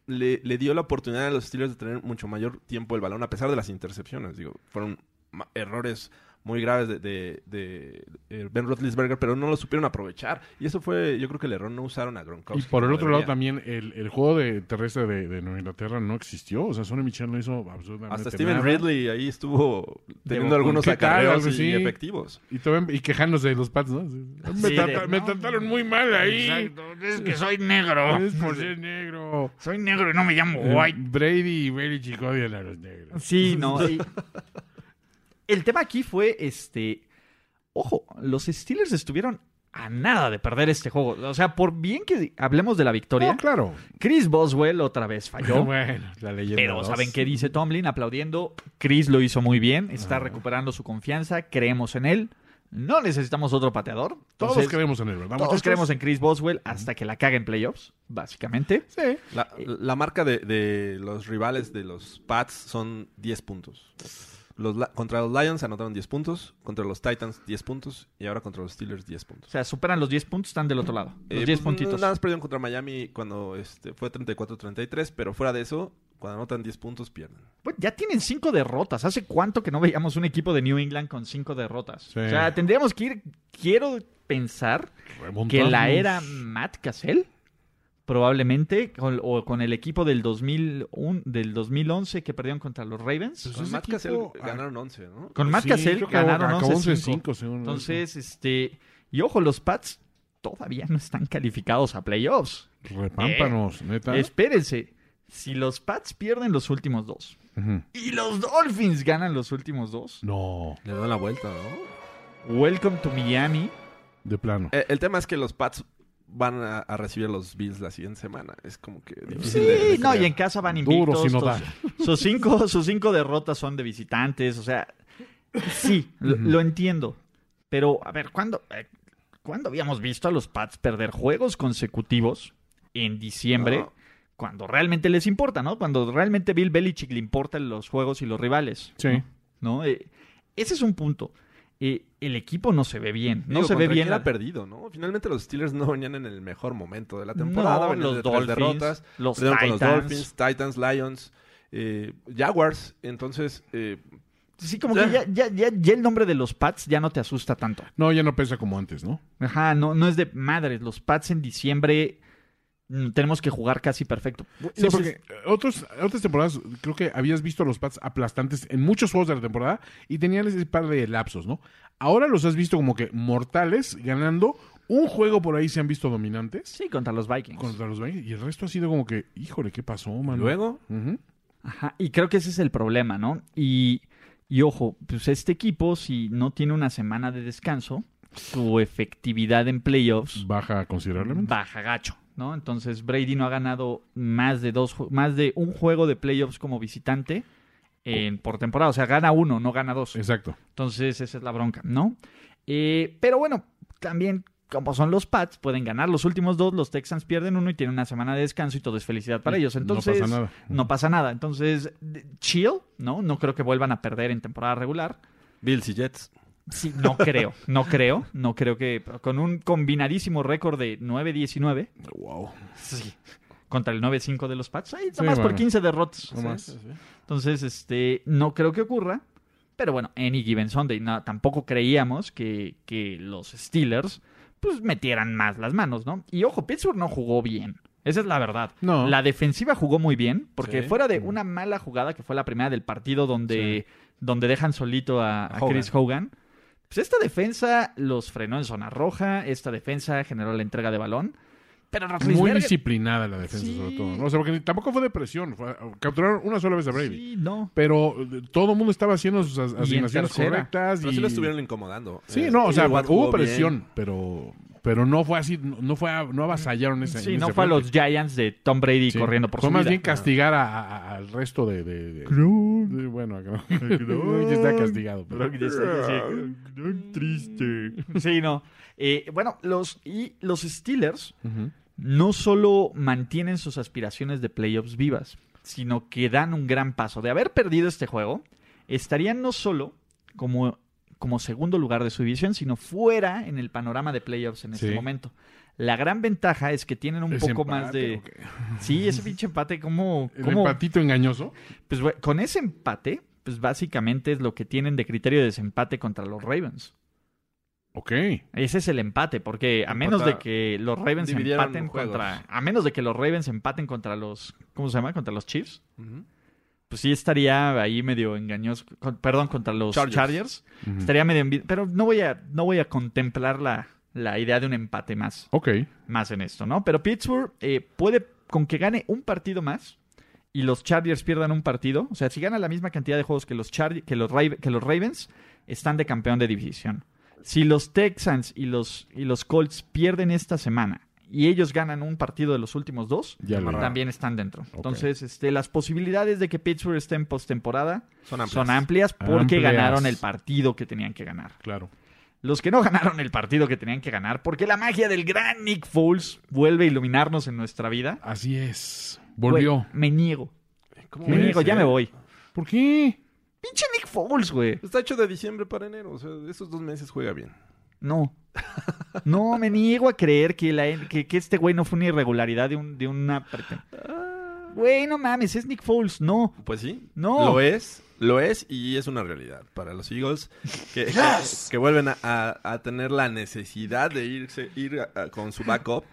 Speaker 3: le, le dio la oportunidad a los Steelers de tener mucho mayor tiempo el balón, a pesar de las intercepciones. Digo, fueron ma- errores muy graves de, de- de- de Ben Roethlisberger, pero no lo supieron aprovechar. Y eso fue, yo creo que el error, no usaron a
Speaker 2: Y
Speaker 3: Gronkowski.
Speaker 2: por el
Speaker 3: como
Speaker 2: otro lado
Speaker 3: deberían.
Speaker 2: también, el, el juego de terrestre de, de Nueva Inglaterra no existió. O sea, Sonny Michel no hizo absolutamente
Speaker 3: Hasta Steven
Speaker 2: nada.
Speaker 3: Ridley ahí estuvo teniendo algunos
Speaker 2: ¿qué tal?
Speaker 3: acarreos
Speaker 2: Algo
Speaker 3: y
Speaker 2: así.
Speaker 3: efectivos.
Speaker 2: Y, todavía- y quejándose de los pads, ¿no? Sí. Me,
Speaker 1: Sí,
Speaker 2: trata-
Speaker 1: de-
Speaker 2: me
Speaker 1: no,
Speaker 2: trataron muy mal ahí.
Speaker 1: Es que soy negro.
Speaker 2: Es por ser negro.
Speaker 1: Soy negro y no me llamo
Speaker 2: Eh, Brady y Belichick odian a los negros.
Speaker 1: Sí, no. y- El tema aquí fue este. Ojo, los Steelers estuvieron a nada de perder este juego. O sea, por bien que hablemos de la victoria,
Speaker 2: No, claro.
Speaker 1: Chris Boswell otra vez falló.
Speaker 2: Bueno, la leyenda.
Speaker 1: Pero
Speaker 2: dos.
Speaker 1: ¿saben qué dice Tomlin? Aplaudiendo. Chris lo hizo muy bien, está recuperando su confianza, creemos en él. No necesitamos otro pateador.
Speaker 2: Todos
Speaker 1: Entonces,
Speaker 2: creemos en él, ¿verdad?
Speaker 1: todos
Speaker 2: muchachos?
Speaker 1: creemos en Chris Boswell hasta que la cague en playoffs, básicamente.
Speaker 2: Sí.
Speaker 3: La, la marca de, de los rivales de los Pats son 10 puntos. Los, Li- contra los Lions anotaron 10 puntos, contra los Titans 10 puntos y ahora contra los Steelers 10
Speaker 1: O
Speaker 3: puntos.
Speaker 1: sea, superan los 10 puntos, están del otro lado. Los 10
Speaker 3: Eh, pues,
Speaker 1: puntitos.
Speaker 3: Nada más perdieron contra Miami cuando este, fue 34-33, pero fuera de eso, cuando anotan 10 puntos pierden.
Speaker 1: Pues ya tienen cinco derrotas. ¿Hace cuánto que no veíamos un equipo de New England con cinco derrotas?
Speaker 2: Sí.
Speaker 1: O sea, tendríamos que ir. Quiero pensar que
Speaker 2: Remontamos.
Speaker 1: la era Matt Cassell, probablemente, con- o con el equipo del, 2001, del 2011 que perdieron contra los Ravens.
Speaker 2: Pues
Speaker 3: Con
Speaker 2: ese
Speaker 3: Matt
Speaker 2: equipo-
Speaker 3: Cassell
Speaker 2: ah,
Speaker 3: ganaron 11, ¿no?
Speaker 1: con Matt
Speaker 2: sí,
Speaker 1: Cassell
Speaker 2: creo que
Speaker 1: ganaron
Speaker 2: acabó
Speaker 1: 11-5.
Speaker 2: 11-5, según eso.
Speaker 1: Entonces, este. Y ojo, los Pats todavía no están calificados a playoffs. eh,
Speaker 4: Repámpanos, neta.
Speaker 1: Espérense. Si los Pats pierden los últimos dos
Speaker 4: Ujú.
Speaker 1: y los Dolphins ganan los últimos dos,
Speaker 4: No,
Speaker 3: Le dan la vuelta, ¿no?
Speaker 1: Welcome to Miami.
Speaker 4: de plano.
Speaker 3: Eh, el tema es que los Pats van a, a recibir a los Bills la siguiente semana. Es como que difícil de-
Speaker 1: Sí,
Speaker 3: de
Speaker 1: no,
Speaker 3: creer.
Speaker 1: y en casa van
Speaker 2: Duro
Speaker 1: invictos.
Speaker 2: sin
Speaker 1: todos-
Speaker 2: nodal.
Speaker 1: sus, cinco, sus cinco derrotas son de visitantes, o sea, sí, lo, lo entiendo. Pero, a ver, ¿cuándo, eh, ¿cuándo habíamos visto a los Pats perder juegos consecutivos en diciembre?
Speaker 3: No.
Speaker 1: Cuando realmente les importa, ¿no? Cuando realmente Bill Belichick le importan los juegos y los rivales.
Speaker 4: Sí.
Speaker 1: ¿no? Eh, ese es un punto. Eh, el equipo no se ve bien. No
Speaker 3: Digo,
Speaker 1: se ve
Speaker 3: ¿contra
Speaker 1: bien.
Speaker 3: quién
Speaker 1: la-
Speaker 3: ha perdido, ¿no? Finalmente los Steelers no venían en el mejor momento de la temporada.
Speaker 1: No,
Speaker 3: venían
Speaker 1: los
Speaker 3: de tres
Speaker 1: Dolphins,
Speaker 3: derrotas.
Speaker 1: los
Speaker 3: Perdieron con
Speaker 1: Titans.
Speaker 3: Dolphins, Titans, Lions, eh, Jaguars. Entonces, eh,
Speaker 1: Sí, como que ya, ya, ya, ya el nombre de los Pats ya no te asusta tanto.
Speaker 4: No, ya no pesa como antes, ¿no?
Speaker 1: Ajá, no, no es de madres. Los Pats en diciembre mm, tenemos que jugar casi perfecto.
Speaker 2: Sí, porque eh, otros, otras temporadas, creo que habías visto a los Pats aplastantes en muchos juegos de la temporada y tenían ese par de lapsos, ¿no? Ahora los has visto como que mortales, ganando un juego por ahí se han visto dominantes
Speaker 1: Sí, contra los Vikings.
Speaker 2: contra los Vikings y el resto ha sido como que, híjole, ¿qué pasó, mano?
Speaker 3: luego,
Speaker 2: Ujú.
Speaker 1: Ajá, y creo que ese es el problema, ¿no? Y, y ojo, pues este equipo, si no tiene una semana de descanso, su efectividad en playoffs
Speaker 4: Baja considerablemente.
Speaker 1: baja gacho, ¿no? Entonces Brady no ha ganado más de dos ju- más de un juego de playoffs como visitante en- por temporada, o sea, gana uno, no gana dos.
Speaker 4: Exacto.
Speaker 1: Entonces esa es la bronca, ¿no? Eh, pero bueno, también como son los Pats, pueden ganar los últimos dos, los Texans pierden uno y tienen una semana de descanso y todo es felicidad para ellos.
Speaker 4: No
Speaker 1: Entonces
Speaker 4: pasa nada.
Speaker 1: no pasa nada. Entonces de- chill, ¿no? No creo que vuelvan a perder en temporada regular.
Speaker 3: Bills y Jets.
Speaker 1: Sí, no creo, no creo, no creo que con un combinadísimo récord de 9-19
Speaker 4: Wow.
Speaker 1: Sí. Contra el 9-5 de los Pats. Ahí nomás
Speaker 4: Sí,
Speaker 1: por
Speaker 4: bueno.
Speaker 1: 15 derrotas.
Speaker 4: Nomás.
Speaker 1: Entonces, este, no creo que ocurra. Pero bueno, any given Sunday. No, tampoco creíamos que, que los Steelers pues metieran más las manos, ¿no? Y ojo, Pittsburgh no jugó bien. Esa es la verdad.
Speaker 2: No.
Speaker 1: La defensiva jugó muy bien, porque
Speaker 3: Sí.
Speaker 1: fuera de una mala jugada que fue la primera del partido donde, donde dejan solito a, a
Speaker 3: Hogan.
Speaker 1: Chris Hogan, pues esta defensa los frenó en zona roja, esta defensa generó la entrega de balón, pero
Speaker 2: Muy
Speaker 1: Roethlisberger-
Speaker 2: disciplinada la defensa,
Speaker 1: Sí.
Speaker 2: sobre todo. ¿no? O sea, porque ni- tampoco fue de presión. fue- ah, capturaron una sola vez a Brady.
Speaker 1: Sí, no.
Speaker 2: Pero eh, todo el mundo estaba haciendo sus as-
Speaker 1: en
Speaker 2: asignaciones
Speaker 1: tercera.
Speaker 2: correctas.
Speaker 3: Pero
Speaker 2: y...
Speaker 3: sí lo estuvieron incomodando.
Speaker 2: Sí,
Speaker 3: Eh,
Speaker 2: no, o sea,
Speaker 3: Watt
Speaker 2: hubo
Speaker 3: jugó bien.
Speaker 2: presión, pero pero no fue así, no no fue a- no avasallaron esa.
Speaker 1: Sí,
Speaker 2: en
Speaker 1: no
Speaker 2: ese
Speaker 1: fue a
Speaker 2: frente.
Speaker 1: los Giants de Tom Brady
Speaker 2: Sí.
Speaker 1: corriendo por
Speaker 2: Fue
Speaker 1: su
Speaker 2: más
Speaker 1: vida.
Speaker 2: bien castigar a- a- al resto de... de, de- de- bueno, a Gronk. ya está castigado. Pero...
Speaker 1: Gronk ya está, sí.
Speaker 4: Triste.
Speaker 1: Sí, no. Eh, bueno, los, y los Steelers no solo mantienen sus aspiraciones de playoffs vivas, sino que dan un gran paso. De haber perdido este juego, estarían no solo como, como segundo lugar de su división, sino fuera en el panorama de playoffs en este
Speaker 2: Sí.
Speaker 1: momento. La gran ventaja es que tienen un
Speaker 2: Ese
Speaker 1: poco más
Speaker 2: empate,
Speaker 1: de...
Speaker 2: ok.
Speaker 1: Sí, ese pinche empate, como
Speaker 2: El empatito engañoso.
Speaker 1: Pues güey, con ese empate, pues básicamente es lo que tienen de criterio de desempate contra los Ravens.
Speaker 2: Ok.
Speaker 1: Ese es el empate, porque a
Speaker 3: Empata-
Speaker 1: menos de que los Ravens
Speaker 3: Dividieron
Speaker 1: empaten
Speaker 3: juegos.
Speaker 1: contra. A menos de que los Ravens empaten contra los. ¿Cómo se llama? Contra los Chiefs.
Speaker 3: Ujú.
Speaker 1: Pues sí estaría ahí medio engañoso. con- perdón, contra los Chargers.
Speaker 3: Chargers.
Speaker 2: Mm.
Speaker 1: Estaría medio envi- Pero no voy a, no voy a contemplar la, la idea de un empate más,
Speaker 4: Ok.
Speaker 1: más en esto, ¿no? Pero Pittsburgh eh, puede, con que gane un partido más y los Chargers pierdan un partido. O sea, si gana la misma cantidad de juegos que los, Char- que los, Raven- que los Ravens, están de campeón de división. Si los Texans y los, y los Colts pierden esta semana y ellos ganan un partido de los últimos dos,
Speaker 4: Ya lo
Speaker 1: también están dentro. Entonces, este, las posibilidades de que Pittsburgh esté en postemporada
Speaker 3: Son amplias.
Speaker 1: son amplias porque
Speaker 2: Amplias.
Speaker 1: ganaron el partido que tenían que ganar.
Speaker 2: Claro.
Speaker 1: los que no ganaron el partido que tenían que ganar, porque la magia del gran Nick Foles vuelve a iluminarnos en nuestra vida.
Speaker 2: Así es. Volvió.
Speaker 1: Güey, me niego.
Speaker 3: ¿Cómo
Speaker 1: Me
Speaker 3: ves,
Speaker 1: niego, ya
Speaker 3: eh?
Speaker 1: me voy.
Speaker 2: ¿Por qué?
Speaker 1: Pinche Nick Foles, güey.
Speaker 3: Está hecho de diciembre para enero. O sea, de esos dos meses juega bien.
Speaker 1: No. No, me niego a creer que, la, que, que este güey no fue una irregularidad de, un, de una... prete- Güey, no mames, es Nick Foles. No,
Speaker 3: Pues sí.
Speaker 1: No.
Speaker 3: Lo es. Lo es y es una realidad para los Eagles que, que- que, vuelven a, a- a tener la necesidad de irse, ir a- a- con su backup.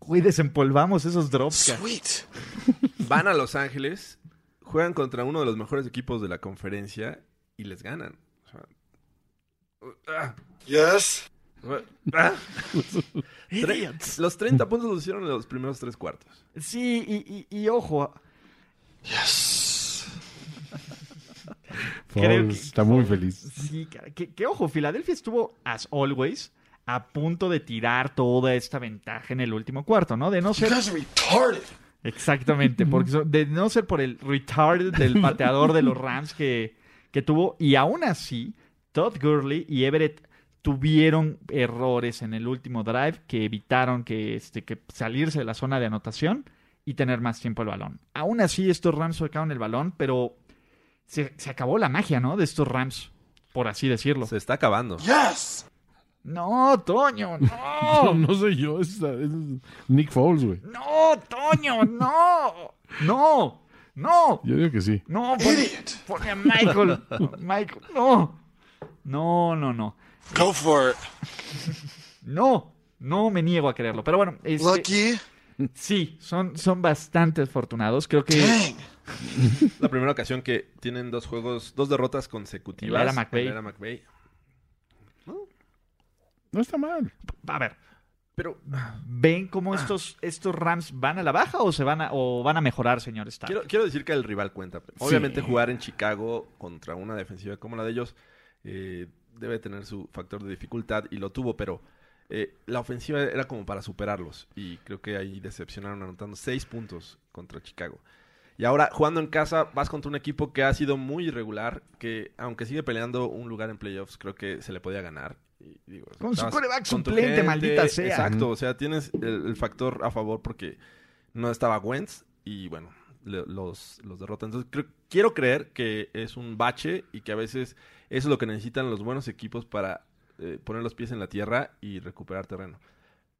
Speaker 1: güey, desempolvamos esos drops. ca-
Speaker 3: Van a Los Ángeles, juegan contra uno de los mejores equipos de la conferencia y les ganan. O sea,
Speaker 6: Yes.
Speaker 3: Ah. Tre- Los 30 puntos los hicieron en los primeros tres cuartos.
Speaker 1: Sí, y, y- y ojo, Creo
Speaker 4: Foles
Speaker 1: que-
Speaker 4: está muy feliz.
Speaker 1: sí, cara, que, que ojo, Filadelfia estuvo, as always, a punto de tirar toda esta ventaja en el último cuarto, ¿no? De no
Speaker 6: You
Speaker 1: ser...
Speaker 6: guys are retarded.
Speaker 1: Exactamente, porque so- de no ser por el retard del pateador de los Rams que, que tuvo, y aún así, Todd Gurley y Everett tuvieron errores en el último drive que evitaron que, este, que salirse de la zona de anotación y tener más tiempo el balón. Aún así, estos Rams sacaron el balón, pero se, se acabó la magia, ¿no? De estos Rams, por así decirlo.
Speaker 3: Se está acabando.
Speaker 6: Yes.
Speaker 1: No, Toño, no.
Speaker 4: No soy yo, es, es Nick Foles, güey.
Speaker 1: No, Toño, no. No, no.
Speaker 4: Yo digo que sí.
Speaker 1: No, pon-
Speaker 6: Idiot.
Speaker 1: Ponme a Michael. Michael, no. No, no, no.
Speaker 6: Go for it.
Speaker 1: No, no me niego a creerlo. Pero bueno, este,
Speaker 6: Lucky.
Speaker 1: sí, son, son bastante afortunados. Creo que
Speaker 6: Dang.
Speaker 3: La primera ocasión que tienen dos juegos, dos derrotas consecutivas.
Speaker 1: En la era McVay.
Speaker 3: en la era McVay.
Speaker 4: No está mal.
Speaker 1: a ver,
Speaker 3: Pero
Speaker 1: ven cómo estos, estos Rams van a la baja o se van a, o van a mejorar, señor Stark.
Speaker 3: quiero, quiero decir que el rival cuenta. Obviamente jugar en Chicago contra una defensiva como la de ellos eh, debe tener su factor de dificultad y lo tuvo, pero eh, la ofensiva era como para superarlos y creo que ahí decepcionaron anotando seis puntos contra Chicago. Y ahora jugando en casa vas contra un equipo que ha sido muy irregular, que aunque sigue peleando un lugar en playoffs creo que se le podía ganar. Y digo,
Speaker 1: Con su
Speaker 3: estabas
Speaker 1: quarterback
Speaker 3: con tu
Speaker 1: suplente,
Speaker 3: gente,
Speaker 1: maldita sea.
Speaker 3: Exacto, o sea, tienes el, el factor a favor porque no estaba Wentz y bueno, le- los, los derrota. Entonces, creo- quiero creer que es un bache y que a veces eso es lo que necesitan los buenos equipos para eh, poner los pies en la tierra y recuperar terreno.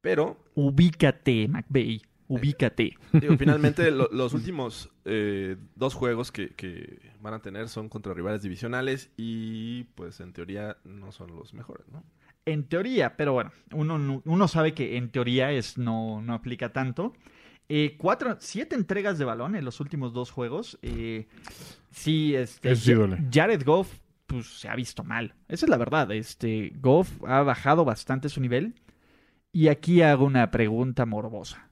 Speaker 3: Pero,
Speaker 1: Ubícate, McVeigh. Ubícate.
Speaker 3: digo, finalmente lo- los últimos eh, dos juegos que, que van a tener son contra rivales divisionales y pues en teoría no son los mejores, ¿no?
Speaker 1: En teoría, pero bueno, uno, nu- uno sabe que en teoría es no, no aplica tanto. Eh, cuatro, siete entregas de balón en los últimos dos juegos. Eh, sí, este.
Speaker 4: Eso sí duele.
Speaker 1: Jared Goff, pues se ha visto mal. Esa es la verdad. Este, Goff ha bajado bastante su nivel. Y aquí hago una pregunta morbosa.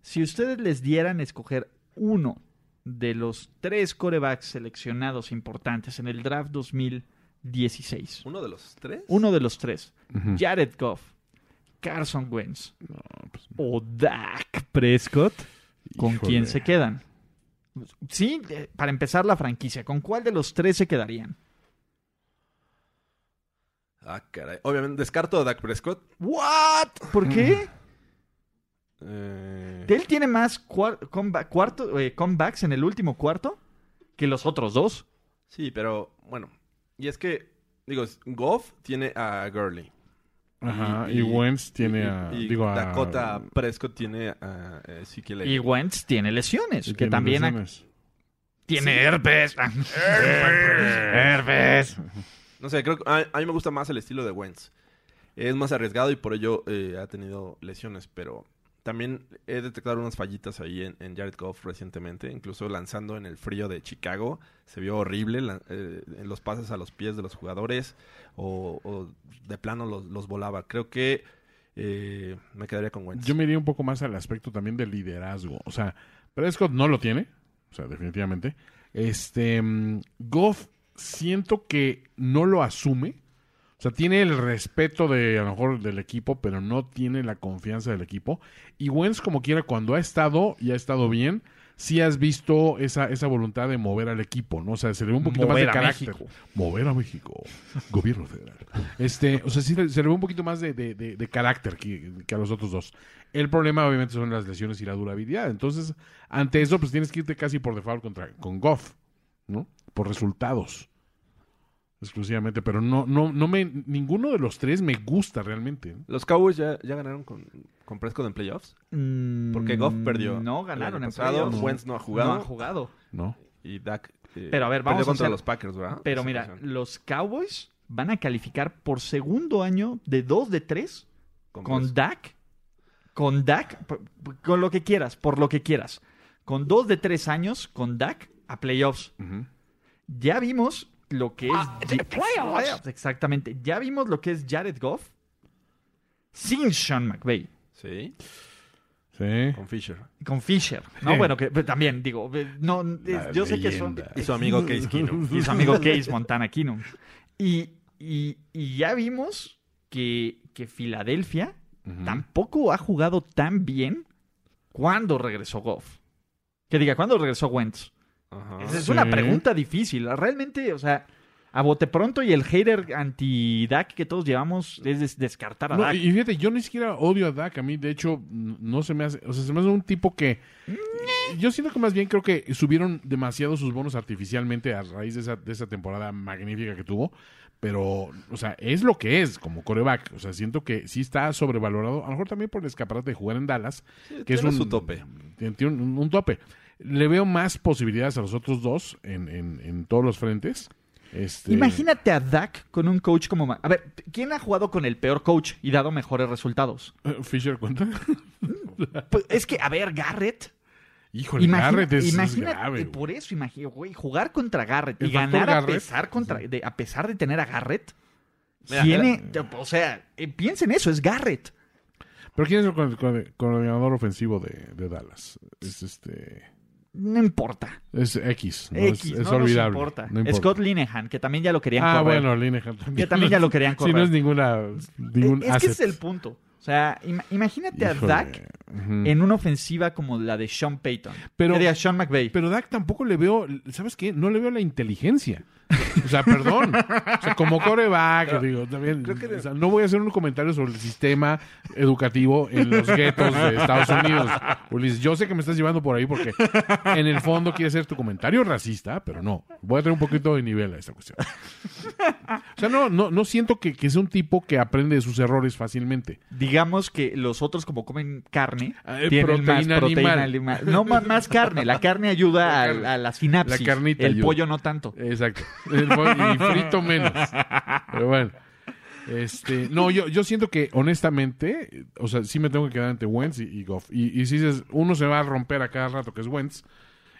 Speaker 1: Si ustedes les dieran escoger uno de los tres corebacks seleccionados importantes en el draft 2016,
Speaker 3: Uno de los tres.
Speaker 1: uno de los tres,
Speaker 4: Ujú.
Speaker 1: Jared Goff, Carson Wentz o Dak Prescott, ¿con
Speaker 4: pues Híjole.
Speaker 1: quién se quedan? Sí, eh, para empezar la franquicia, ¿con cuál de los tres se quedarían?
Speaker 3: Ah, caray. Obviamente descarto a Dak Prescott.
Speaker 1: ¿What? ¿Por qué?
Speaker 3: Eh,
Speaker 1: Él tiene más cuar- comba- cuarto, eh, comebacks en el último cuarto que los otros dos.
Speaker 3: Sí, pero bueno. Y es que, digo, Goff tiene a Gurley.
Speaker 4: Ajá.
Speaker 3: Y-
Speaker 4: Y,
Speaker 3: y-
Speaker 4: Wentz tiene
Speaker 3: Y-
Speaker 4: a.
Speaker 3: y
Speaker 4: digo, a.
Speaker 3: Dakota pues, Prescott tiene a eh, Ezekiel
Speaker 1: Y
Speaker 3: Elliott.
Speaker 1: Wentz tiene lesiones, que
Speaker 4: tiene
Speaker 1: también ha-
Speaker 4: lesiones.
Speaker 1: tiene herpes. herpes.
Speaker 3: No sé, creo que a, a mí me gusta más el estilo de Wentz. Es más arriesgado y por ello eh, ha tenido lesiones, pero también he detectado unas fallitas ahí en, en Jared Goff recientemente, incluso lanzando en el frío de Chicago. Se vio horrible la- eh, en los pases a los pies de los jugadores o, o de plano los, los volaba. Creo que eh, me quedaría con Wentz.
Speaker 4: Yo me iría un poco más al aspecto también del liderazgo. O sea, Prescott no lo tiene. O sea, definitivamente. Este. mm, Goff siento que no lo asume. O sea, tiene el respeto de, a lo mejor, del equipo, pero no tiene la confianza del equipo. Y Wentz, como quiera, cuando ha estado y ha estado bien,
Speaker 2: sí has visto esa, esa voluntad de mover al equipo, ¿no? O sea, se le ve un poquito
Speaker 1: Mover
Speaker 2: más de
Speaker 1: a
Speaker 2: carácter.
Speaker 1: México.
Speaker 2: Mover a México, gobierno federal. Este, o sea, sí se le ve un poquito más de, de- de- de carácter que, que a los otros dos. El problema, obviamente, son las lesiones y la durabilidad. Entonces, ante eso, pues tienes que irte casi por default contra, con Goff, ¿no? Por resultados. Exclusivamente, pero no, no, no me, ninguno de los tres me gusta realmente. ¿no?
Speaker 3: Los Cowboys ya, ya ganaron con, con Prescott en playoffs.
Speaker 4: Mm,
Speaker 3: Porque Goff perdió.
Speaker 1: No,
Speaker 3: el
Speaker 1: ganaron
Speaker 3: año
Speaker 1: en
Speaker 3: pasado,
Speaker 1: playoffs.
Speaker 3: Wentz no ha
Speaker 1: No
Speaker 3: jugado.
Speaker 1: han jugado.
Speaker 2: ¿no?
Speaker 3: Y Dak. eh,
Speaker 1: Pero a ver, vamos
Speaker 3: perdió
Speaker 1: a
Speaker 3: contra
Speaker 1: hacer-
Speaker 3: los Packers, ¿verdad?
Speaker 1: Pero
Speaker 3: Esa
Speaker 1: mira,
Speaker 3: ocasión.
Speaker 1: los Cowboys van a calificar por segundo año de 2 de 3 con
Speaker 3: Prescott.
Speaker 1: Dak. Con Dak, p- p- con lo que quieras, por lo que quieras. Con 2 de 3 años, con Dak a playoffs. Ya vimos lo que es. Ja- playoffs. Exactamente. Ya vimos lo que es Jared Goff sin Sean McVay.
Speaker 3: Sí,
Speaker 2: Sí.
Speaker 3: con Fisher.
Speaker 1: Con Fisher. No, bueno, que pero también, digo, eh, no, es- yo sé que son.
Speaker 2: leyenda.
Speaker 3: Y su amigo Case Keenum.
Speaker 1: y su amigo Case Montana Keenum. Y, y- y ya vimos que, que Filadelfia tampoco ha jugado tan bien cuando regresó Goff. Que diga, ¿cuándo regresó Wentz?
Speaker 3: Ajá.
Speaker 1: Esa es
Speaker 2: Ah, sí.
Speaker 1: una pregunta difícil. Realmente, o sea, a bote pronto y el hater anti-Dak que todos llevamos es des- descartar a
Speaker 2: No,
Speaker 1: Dak.
Speaker 2: y fíjate, yo ni siquiera odio a Dak. A mí, de hecho, n- no se me hace. O sea, se me hace un tipo que.
Speaker 3: Mm.
Speaker 2: Yo siento que más bien creo que subieron demasiado sus bonos artificialmente a raíz de esa, de esa temporada magnífica que tuvo. Pero, o sea, es lo que es como coreback. O sea, siento que sí está sobrevalorado. A lo mejor también por el escaparate de jugar en Dallas. que es
Speaker 3: tiene
Speaker 2: un, eh,
Speaker 3: su tope.
Speaker 2: Tiene, tiene un, un tope. Le veo más posibilidades a los otros dos en, en- en todos los frentes. Este,
Speaker 1: Imagínate a Dak con un coach como... Ma- A ver, ¿quién ha jugado con el peor coach y dado mejores resultados?
Speaker 2: eh, Fisher cuenta.
Speaker 1: Pues, es que, a ver, Garrett...
Speaker 2: Híjole,
Speaker 1: Imagina-
Speaker 2: Garrett es, es
Speaker 1: imagínate,
Speaker 2: grave, güey.
Speaker 1: por eso, imagínate, güey, jugar contra Garrett
Speaker 2: El
Speaker 1: y
Speaker 2: factor
Speaker 1: ganar a
Speaker 2: Garrett,
Speaker 1: pesar, contra, de- a pesar de tener a Garrett,
Speaker 3: Mira,
Speaker 1: tiene, o sea, eh, piensen eso, es Garrett.
Speaker 2: ¿Pero quién es el co- co- coordinador ofensivo de, de Dallas? Es este.
Speaker 1: No importa.
Speaker 2: Es X. ¿no?
Speaker 1: X,
Speaker 2: es,
Speaker 1: no
Speaker 2: es
Speaker 1: nos
Speaker 2: olvidable.
Speaker 1: importa.
Speaker 2: No importa.
Speaker 1: Scott Linehan, que también ya lo querían
Speaker 2: ah,
Speaker 1: correr.
Speaker 2: bueno, Linehan también.
Speaker 1: Que también ya lo querían
Speaker 2: Sí, no
Speaker 1: correr.
Speaker 2: es ninguna. Ningún
Speaker 1: Eh, es que
Speaker 2: asset.
Speaker 1: ese es el punto. O sea, ima- imagínate
Speaker 2: Híjole.
Speaker 1: a Dak
Speaker 2: Ujú.
Speaker 1: en una ofensiva como la de Sean Payton.
Speaker 2: Pero-
Speaker 1: Pero, Sería Sean McVay.
Speaker 2: Pero Dak tampoco le veo. ¿Sabes qué? No le veo la inteligencia. O sea, perdón. O sea, como coreback, digo, también. o sea, no voy a hacer un comentario sobre el sistema educativo en los guetos de Estados Unidos. Ulises, yo sé que me estás llevando por ahí porque en el fondo quiere hacer tu comentario racista, pero no. Voy a tener un poquito de nivel a esta cuestión. O sea, no, no, no siento que, que sea un tipo que aprende de sus errores fácilmente.
Speaker 1: Digamos que los otros, como comen carne,
Speaker 2: Ah, eh,
Speaker 1: tienen
Speaker 2: proteína
Speaker 1: más proteína
Speaker 2: animal.
Speaker 1: animal. No, más, más carne. La carne ayuda a-
Speaker 2: carne.
Speaker 1: A, la sinapsis.
Speaker 2: La carnita
Speaker 1: El
Speaker 2: ayuda.
Speaker 1: pollo no tanto.
Speaker 2: Exacto. El bo- Y frito menos. Pero bueno. Este, no, yo, yo siento que honestamente, eh, o sea, sí me tengo que quedar ante Wentz y, y Goff. Y, y si dices, uno se va a romper a cada rato, que es Wentz,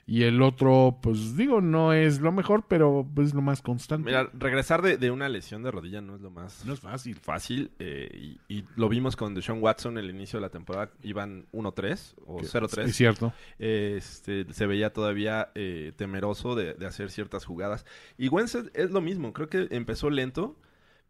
Speaker 2: y el otro, pues digo, no es lo mejor, pero es lo más constante.
Speaker 3: Mira, regresar de, de una lesión de rodilla no es lo más
Speaker 2: no es fácil.
Speaker 3: fácil. eh, y, y lo vimos con Deshaun Watson el inicio de la temporada. Iban 1-3 o
Speaker 2: Es
Speaker 3: 0-3.
Speaker 2: cierto.
Speaker 3: este, se veía todavía eh, temeroso de, de hacer ciertas jugadas. Y Wentz es, es lo mismo, creo que empezó lento,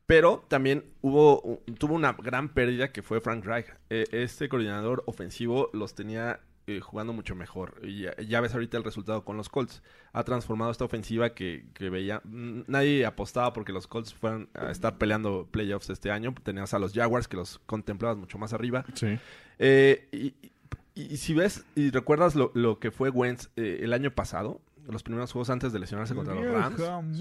Speaker 3: pero también hubo un- tuvo una gran pérdida que fue Frank Reich. Eh, este coordinador ofensivo los tenía eh, jugando mucho mejor. Y ya, ya ves ahorita el resultado con los Colts. Ha transformado esta ofensiva que, que veía... mm, Nadie apostaba porque los Colts fueran a estar peleando playoffs este año. Tenías a los Jaguars que los contemplabas mucho más arriba.
Speaker 2: Sí.
Speaker 3: Eh, y, y- y si ves y recuerdas lo, lo que fue Wentz eh, el año pasado, los primeros juegos antes de lesionarse contra los Rams,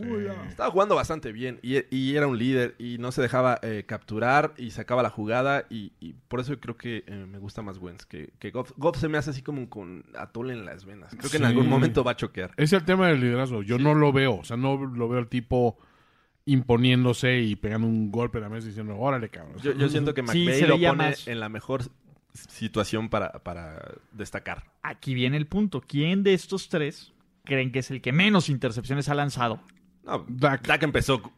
Speaker 3: estaba jugando bastante bien y, e- y era un líder y no se dejaba eh, capturar y sacaba la jugada y, y por eso creo que eh, me gusta más Wentz que, que Goff. Goff se me hace así como con atole en las venas. Creo que en
Speaker 2: Sí.
Speaker 3: algún momento va a choquear.
Speaker 2: Es el tema del liderazgo. Yo no lo veo. O sea, no lo veo el tipo imponiéndose y pegando un golpe en la mesa y diciendo, órale, cabrón.
Speaker 3: Yo, yo siento que
Speaker 1: Sí,
Speaker 3: McVay
Speaker 1: se
Speaker 3: lo
Speaker 1: veía
Speaker 3: pone
Speaker 1: más-
Speaker 3: en la mejor s- situación para, para destacar.
Speaker 1: Aquí viene el punto. ¿Quién de estos tres creen que es el que menos intercepciones ha lanzado?
Speaker 3: No,
Speaker 2: Dak.
Speaker 3: Dak empezó c-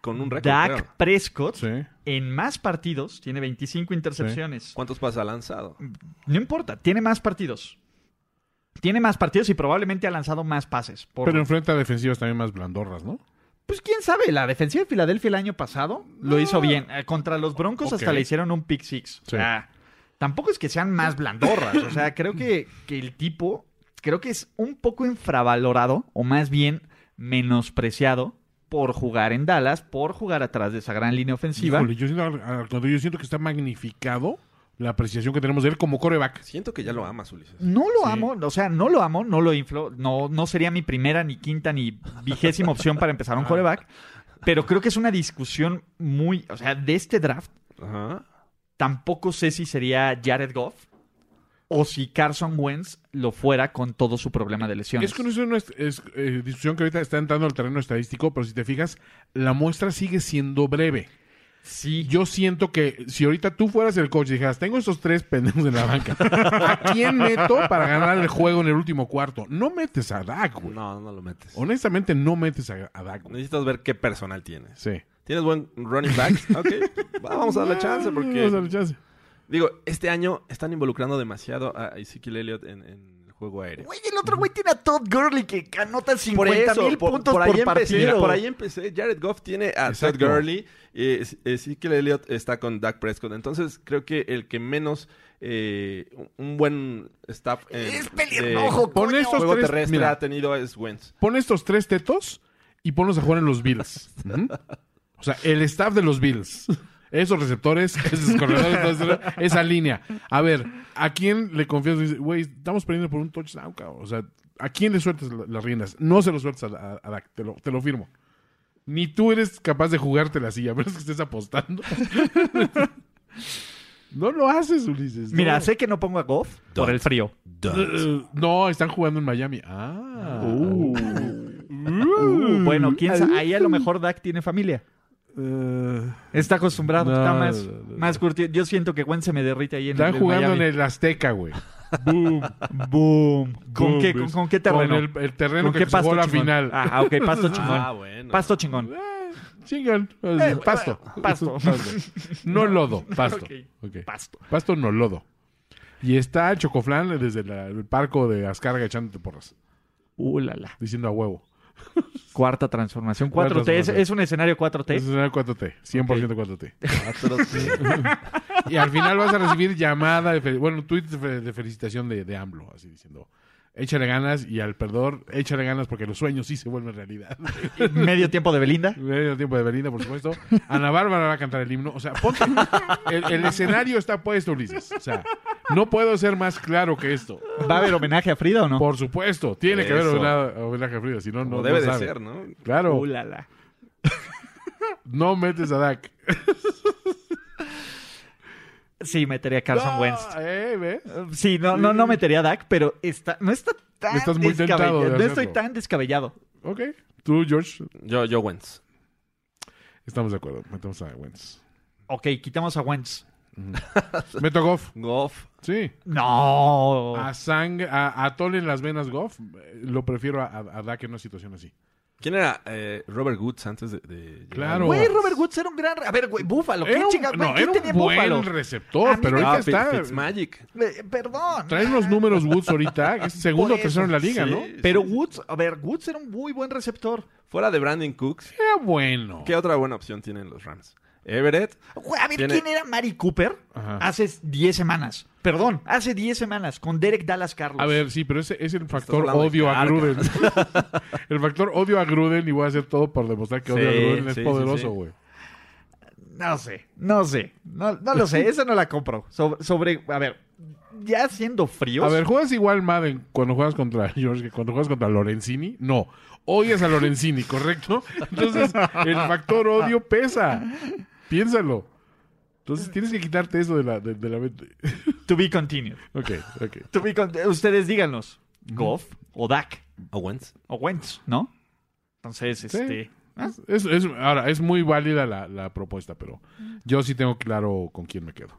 Speaker 3: con un récord. creo.
Speaker 1: Dak Prescott,
Speaker 2: Sí.
Speaker 1: en más partidos, tiene 25 intercepciones.
Speaker 3: ¿Cuántos pases ha lanzado?
Speaker 1: No importa, tiene más partidos. Tiene más partidos y probablemente ha lanzado más pases. por-
Speaker 2: Pero enfrenta a defensivas también más blandorras, ¿no?
Speaker 1: Pues quién sabe, la defensiva de Filadelfia el año pasado lo hizo bien. Eh, contra los Broncos
Speaker 2: Ok.
Speaker 1: hasta le hicieron un pick six. O sea, tampoco es que sean más blandorras. O sea, creo que, que el tipo creo que es un poco infravalorado, o más bien menospreciado, por jugar en Dallas, por jugar atrás de esa gran línea ofensiva.
Speaker 2: Híjole, yo siento, al- al contrario, yo siento que está magnificado la apreciación que tenemos de él como coreback.
Speaker 3: Siento que ya lo amas, Ulises.
Speaker 1: No lo amo, o sea, no lo amo, no lo inflo, no, no sería mi primera, ni quinta, ni vigésima opción para empezar
Speaker 2: Ah.
Speaker 1: un coreback, pero creo que es una discusión muy, o sea, de este draft,
Speaker 3: Ajá.
Speaker 1: tampoco sé si sería Jared Goff o si Carson Wentz lo fuera con todo su problema de lesiones.
Speaker 2: Es que no es una est- es, eh, discusión que ahorita está entrando al terreno estadístico, pero si te fijas, la muestra sigue siendo breve.
Speaker 1: Sí,
Speaker 2: Yo siento que si ahorita tú fueras el coach y dijeras, tengo estos tres pendejos en la banca, ¿a quién meto para ganar el juego en el último cuarto? No metes a Dak, güey.
Speaker 3: No, no lo metes.
Speaker 2: Honestamente, no metes a, a Dak, güey.
Speaker 3: Necesitas ver qué personal tienes.
Speaker 2: Sí.
Speaker 3: ¿Tienes buen running back? Ok. va, vamos a darle chance
Speaker 2: Vamos a darle
Speaker 3: porque...
Speaker 2: chance.
Speaker 3: Digo, este año están involucrando demasiado a Ezekiel Elliott en, en el juego aéreo.
Speaker 1: Güey, el otro güey tiene a Todd Gurley que anota 50 mil
Speaker 3: por,
Speaker 1: puntos
Speaker 3: por
Speaker 1: por,
Speaker 3: ahí empecé,
Speaker 1: partido.
Speaker 3: por ahí empecé. Jared Goff tiene a
Speaker 2: Exacto.
Speaker 3: Todd Gurley. eh, Ezekiel Elliott está con Dak Prescott. Entonces, creo que el que menos... eh, un- un buen staff en-
Speaker 1: Es
Speaker 3: de
Speaker 1: pelirrojo,
Speaker 2: Pon
Speaker 1: coño.
Speaker 2: estos
Speaker 3: juego
Speaker 2: tres,
Speaker 3: terrestre
Speaker 2: mira,
Speaker 3: ha tenido es Wentz.
Speaker 2: pon estos tres tetos y ponlos a jugar en los Bills. Ujú. O sea, el staff de los Bills. Esos receptores, esos corredores, todo eso, esa línea. A ver, ¿a quién le confías? Dices, Güey, estamos perdiendo por un touchdown, cabrón. O sea, ¿a quién le sueltas la- las riendas? No se lo sueltas a, a- a Dak, te lo, te lo firmo. Ni tú eres capaz de jugarte la silla, a menos que estés apostando. no lo haces, Ulises. no.
Speaker 1: Mira, sé que no pongo a Goff por el frío.
Speaker 2: Eh, No, están jugando en Miami. Ah.
Speaker 1: Uh, bueno, quién sabe, ahí a lo mejor Dak tiene familia.
Speaker 2: Eh,
Speaker 1: Está acostumbrado,
Speaker 2: No,
Speaker 1: está más,
Speaker 2: no, no.
Speaker 1: más curtido. Yo siento que Gwen se me derrite ahí en
Speaker 2: Están
Speaker 1: el
Speaker 2: jugando
Speaker 1: Miami.
Speaker 2: en el Azteca, güey. Boom.
Speaker 1: Boom. ¿Con
Speaker 2: boom,
Speaker 1: qué,
Speaker 2: ¿ves?
Speaker 1: con, con qué terreno?
Speaker 2: Con el, el terreno
Speaker 1: ¿Con
Speaker 2: que se jugó la
Speaker 1: chingón?
Speaker 2: final.
Speaker 1: Ah, ok, pasto chingón.
Speaker 3: Ah, bueno.
Speaker 1: Pasto chingón.
Speaker 2: Chingón. pasto.
Speaker 1: Ah. Eh, Pasto.
Speaker 2: No lodo, pasto.
Speaker 1: Ok.
Speaker 2: Ok.
Speaker 1: Pasto.
Speaker 2: Pasto no lodo. Y está Chocoflan desde la- el parco de Ascarga echándote porras,
Speaker 1: Uh, la, la.
Speaker 2: diciendo a huevo.
Speaker 1: Cuarta transformación. 4T.
Speaker 2: Cuarta
Speaker 1: Es,
Speaker 2: transformación.
Speaker 1: es un escenario 4T.
Speaker 2: Eso será 4T, 100% 4T.
Speaker 3: Otros-
Speaker 2: Y al final vas a recibir llamada, de fel- bueno, tweets de, fe- de felicitación de, de AMLO, así diciendo, échale ganas y al perdedor, échale ganas porque los sueños sí se vuelven realidad.
Speaker 1: Medio tiempo de Belinda.
Speaker 2: Medio tiempo de Belinda, por supuesto. Ana Bárbara va a cantar el himno. O sea, ponte. El, el escenario está puesto, Ulises. O sea, no puedo ser más claro que esto.
Speaker 1: ¿Va a haber homenaje a Frida o no?
Speaker 2: Por supuesto, tiene que haber
Speaker 3: Eso.
Speaker 2: homenaje homenaje a Frida, si no, no.
Speaker 3: Como debe
Speaker 2: no
Speaker 3: de
Speaker 2: sabe.
Speaker 3: ser, ¿no?
Speaker 2: Claro,
Speaker 1: Uh, la, la.
Speaker 2: no metes a Dak.
Speaker 1: Sí, metería a Carson
Speaker 2: Ah,
Speaker 1: Wentz.
Speaker 2: eh, ¿ves?
Speaker 1: Sí, no, no, no metería a Dak, pero está, no está tan
Speaker 2: Estás muy tentado de
Speaker 1: descabellado. No estoy
Speaker 2: hacerlo.
Speaker 1: tan descabellado.
Speaker 2: Ok. Tú, George,
Speaker 3: Yo, yo Wentz.
Speaker 2: estamos de acuerdo. Metemos a Wentz.
Speaker 1: Ok, quitamos a Wentz.
Speaker 2: Meto a Goff.
Speaker 3: Goff.
Speaker 2: Sí.
Speaker 1: No.
Speaker 2: A sang a, a Tol en las venas Goff. eh, Lo prefiero a, a- a Dak en una situación así.
Speaker 3: ¿Quién era eh, Robert Woods antes de, de llegar?
Speaker 2: Claro.
Speaker 1: Güey, Robert Woods era un gran. A ver, güey, Búfalo. ¿Qué
Speaker 2: Era un-
Speaker 1: chinga- güey,
Speaker 2: no,
Speaker 1: ¿quién
Speaker 2: era
Speaker 1: tenía
Speaker 2: un
Speaker 1: en Búfalo?
Speaker 2: buen
Speaker 1: A
Speaker 2: receptor,
Speaker 1: mí
Speaker 2: pero
Speaker 1: me-
Speaker 2: ahorita
Speaker 3: Ah, Fi-
Speaker 2: está.
Speaker 3: Fitzmagic.
Speaker 1: Eh, perdón.
Speaker 2: Trae unos números Woods ahorita, que es segundo o
Speaker 1: eso.
Speaker 2: tercero en la liga,
Speaker 3: Sí.
Speaker 2: ¿no?
Speaker 1: Pero Woods, a ver, Woods era un muy buen receptor.
Speaker 3: Fuera de Brandon Cooks,
Speaker 2: Era bueno.
Speaker 3: ¿qué otra buena opción tienen los Rams? Everett.
Speaker 1: Güey, a ver,
Speaker 3: Tiene-
Speaker 1: ¿quién era Mari Cooper?
Speaker 2: Ajá.
Speaker 1: Hace 10 semanas. Perdón, hace 10 semanas con Derek Dallas Carlos.
Speaker 2: A ver, sí, pero ese es el factor
Speaker 3: hablando de
Speaker 2: odio a
Speaker 3: carga.
Speaker 2: Gruden. el factor odio a Gruden y voy a hacer todo por demostrar que odio a
Speaker 3: Sí,
Speaker 2: Gruden es
Speaker 3: sí, sí,
Speaker 2: poderoso,
Speaker 3: sí.
Speaker 2: güey.
Speaker 1: No sé, no sé. No, no lo sé, esa no la compro. Sobre, sobre- a ver, ya siendo fríos.
Speaker 2: A ver, ¿juegas igual Madden cuando juegas contra George que cuando juegas contra Lorenzini? No. Odias a Lorenzini, ¿correcto? Entonces, el factor odio pesa. Piénsalo. Entonces, tienes que quitarte eso de la, de, de la mente.
Speaker 1: to be continued.
Speaker 2: ok, ok.
Speaker 1: To be con- Ustedes díganos, Goff o Dak
Speaker 3: ¿O Wentz?
Speaker 1: o Wentz, ¿no? Entonces, este.
Speaker 2: Es, es- ahora, es muy válida la, la propuesta, pero yo sí tengo claro con quién me quedo.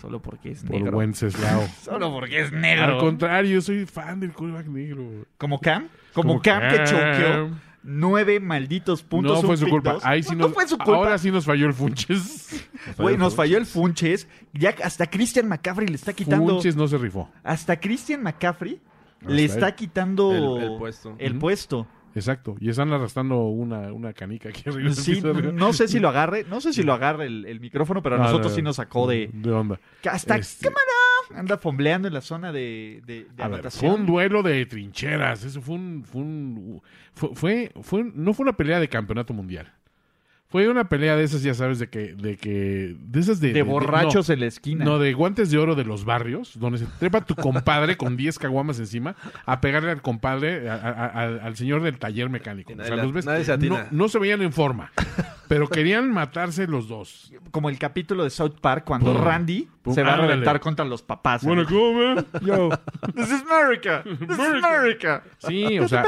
Speaker 1: Solo porque es
Speaker 2: Por
Speaker 1: negro.
Speaker 2: Wenceslao.
Speaker 1: Solo porque es
Speaker 2: Al
Speaker 1: negro.
Speaker 2: contrario, yo soy fan del quarterback negro.
Speaker 1: Como Cam. Como, Cam, que choqueó nueve malditos puntos.
Speaker 2: No fue
Speaker 1: un
Speaker 2: su
Speaker 1: pick
Speaker 2: culpa.
Speaker 1: dos.
Speaker 2: Ahí sí
Speaker 1: no,
Speaker 2: nos-
Speaker 1: fue su culpa.
Speaker 2: Ahora sí nos falló el Funches.
Speaker 1: Güey, nos falló el Funches. Ya hasta Christian McCaffrey le está quitando.
Speaker 2: Funches no se rifó.
Speaker 1: Hasta Christian McCaffrey le
Speaker 2: Hasta
Speaker 1: está
Speaker 2: él.
Speaker 1: quitando
Speaker 3: El- el puesto.
Speaker 1: el
Speaker 2: Ujú.
Speaker 1: puesto.
Speaker 2: Exacto. Y están arrastrando una, una canica aquí arriba.
Speaker 1: Sí, no sé si lo agarre, no sé si lo agarre el, el micrófono, pero a
Speaker 2: No,
Speaker 1: nosotros
Speaker 2: no,
Speaker 1: sí nos sacó de.
Speaker 2: De onda.
Speaker 1: Hasta
Speaker 2: Este,
Speaker 1: cámara. Anda fombleando en la zona de, de, de
Speaker 2: A ver, fue
Speaker 1: anotación.
Speaker 2: un duelo de trincheras. Eso fue un. Fue un- fue, fue- fue un- no fue una pelea de campeonato mundial. Fue una pelea de esas, ya sabes, de que. De, que, de esas de.
Speaker 1: de borrachos
Speaker 2: no,
Speaker 1: en la esquina.
Speaker 2: no, de guantes de oro de los barrios, donde se trepa tu compadre con 10 caguamas encima a pegarle al compadre, a- a- a- al- al señor del taller mecánico.
Speaker 3: Y
Speaker 2: O
Speaker 3: nadie
Speaker 2: sea,
Speaker 3: la-
Speaker 2: los ves-
Speaker 3: nadie se
Speaker 2: no,
Speaker 3: atina.
Speaker 2: no se veían en forma, pero querían matarse los dos.
Speaker 1: Como el capítulo de South Park cuando
Speaker 2: Pum.
Speaker 1: Randy
Speaker 2: Pum.
Speaker 1: se va a
Speaker 2: Ándale.
Speaker 1: reventar contra los papás.
Speaker 2: Bueno,
Speaker 1: ¿no?
Speaker 2: ¿cómo, man? Yo.
Speaker 1: This is America. This is America.
Speaker 2: Sí, o sea.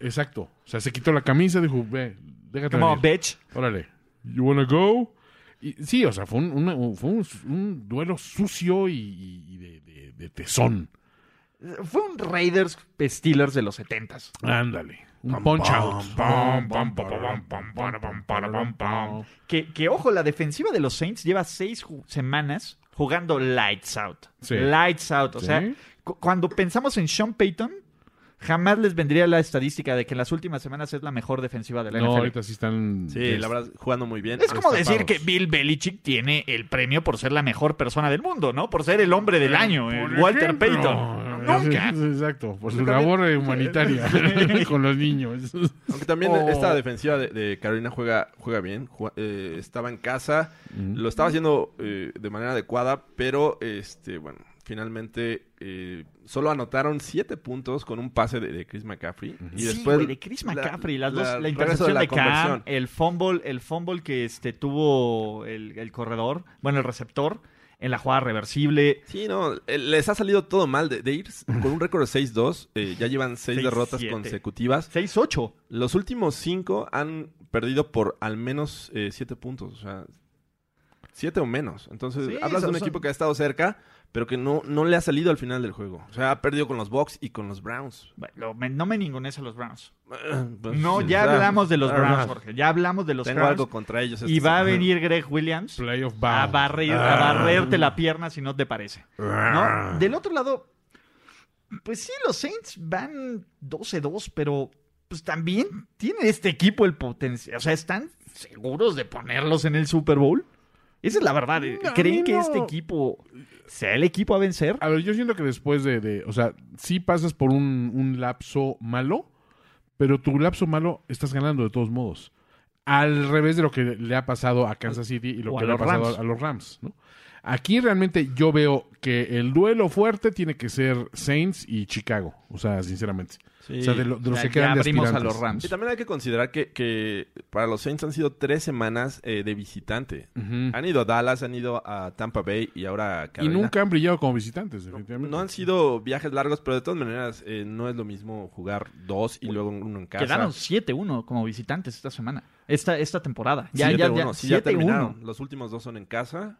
Speaker 2: Exacto. O sea, se quitó la camisa, dijo, ve, déjate.
Speaker 1: Come on,
Speaker 2: venir.
Speaker 1: bitch.
Speaker 2: Órale. You wanna go? Y, sí, o sea, fue un, una- un- fue un, un duelo sucio y, y de, de- de tesón.
Speaker 1: Fue un Raiders Steelers de los 70s.
Speaker 2: Ándale. Un punch out.
Speaker 1: Que, que, ojo, la defensiva de los Saints lleva seis ju- semanas jugando lights out.
Speaker 2: Sí.
Speaker 1: Lights out. O
Speaker 2: Sí.
Speaker 1: sea, cu- cuando pensamos en Sean Payton, jamás les vendría la estadística de que en las últimas semanas es la mejor defensiva de la
Speaker 2: No,
Speaker 1: NFL.
Speaker 2: ahorita sí están.
Speaker 3: Sí, la verdad, jugando muy bien. Este
Speaker 1: Es como decir
Speaker 2: destapados.
Speaker 1: que Bill Belichick tiene el premio por ser la mejor persona del mundo, ¿no? Por ser el hombre del año, el
Speaker 2: Por
Speaker 1: Walter
Speaker 2: ejemplo.
Speaker 1: Payton. Nunca.
Speaker 2: Sí, sí, Exacto, por su labor eh, humanitaria con los niños.
Speaker 3: Aunque también
Speaker 2: Oh.
Speaker 3: esta defensiva de, de Carolina juega, juega bien. Ju- eh, estaba en casa, lo estaba haciendo eh, de manera adecuada, pero este, bueno, finalmente eh, solo anotaron siete puntos con un pase de, de Chris McCaffrey. Y
Speaker 1: Sí,
Speaker 3: después
Speaker 1: güey, de Chris
Speaker 3: la-
Speaker 1: McCaffrey, las dos, la,
Speaker 3: regreso
Speaker 1: intercepción de, Cam,
Speaker 3: conversión.
Speaker 1: el fumble, el fumble que este, tuvo el, el corredor, bueno, el receptor, en la jugada reversible.
Speaker 3: Sí, no, eh, les ha salido todo mal de, de ir con un récord de 6-2. eh, ya llevan seis
Speaker 1: Seis,
Speaker 3: derrotas
Speaker 1: siete.
Speaker 3: consecutivas.
Speaker 1: 6-8.
Speaker 3: Los últimos cinco han perdido por al menos eh, siete puntos. O sea, siete o menos. Entonces,
Speaker 1: Sí,
Speaker 3: hablas de un
Speaker 1: son-
Speaker 3: equipo que ha estado cerca, pero que no, no le ha salido al final del juego. O sea, ha perdido con los Bucks y con los Browns.
Speaker 1: Bueno, lo- me- no me ningunees a los Browns.
Speaker 3: Pues,
Speaker 1: No,
Speaker 3: sí,
Speaker 1: ya
Speaker 3: o sea,
Speaker 1: hablamos de los
Speaker 3: ah,
Speaker 1: Browns, Jorge. Ya hablamos de los
Speaker 3: Tengo
Speaker 1: Browns.
Speaker 3: algo este contra ellos.
Speaker 1: Y
Speaker 3: esta
Speaker 1: va a
Speaker 3: semana.
Speaker 1: venir Greg Williams
Speaker 2: Playoff
Speaker 1: a,
Speaker 2: bound.
Speaker 1: barrer, a
Speaker 2: Ah.
Speaker 1: barrerte la pierna si no te parece. ¿no? Del otro lado, pues sí, los Saints van 12-2, pero pues también tiene este equipo el potencial. O sea, ¿están seguros de ponerlos en el Super Bowl? Esa es la verdad. eh.
Speaker 2: No, a mí
Speaker 1: ¿Creen que
Speaker 2: no.
Speaker 1: este equipo sea el equipo a vencer?
Speaker 2: A ver, yo siento que después de, de- o sea, sí pasas por un, un lapso malo, pero tu lapso malo estás ganando de todos modos. Al revés de lo que le ha pasado a Kansas City y lo
Speaker 1: o a
Speaker 2: que le ha
Speaker 1: los
Speaker 2: pasado
Speaker 1: Rams.
Speaker 2: a los Rams, ¿no? Aquí realmente yo veo que el duelo fuerte tiene que ser Saints y Chicago, o sea, sinceramente.
Speaker 3: Sí.
Speaker 2: o sea, de, lo- de los
Speaker 1: Ya-
Speaker 2: que
Speaker 1: ya
Speaker 2: quedan de
Speaker 1: abrimos a
Speaker 2: aspirantes.
Speaker 1: los Rams.
Speaker 3: Y también hay que considerar que, que para los Saints han sido tres semanas eh, de visitante.
Speaker 1: Mm.
Speaker 2: Ujú.
Speaker 3: Han ido a Dallas, han ido a Tampa Bay y ahora a
Speaker 2: Y
Speaker 3: Carolina.
Speaker 2: nunca han brillado como visitantes, definitivamente.
Speaker 3: No han sido viajes largos, pero de todas maneras eh, no es lo mismo jugar dos y luego uno en casa.
Speaker 1: Quedaron 7-1 como visitantes esta semana. Esta, esta temporada. Ya,
Speaker 3: Siete,
Speaker 1: ya, ya.
Speaker 3: uno. Sí, ya
Speaker 1: 7-1.
Speaker 3: terminaron. Los últimos dos son en casa.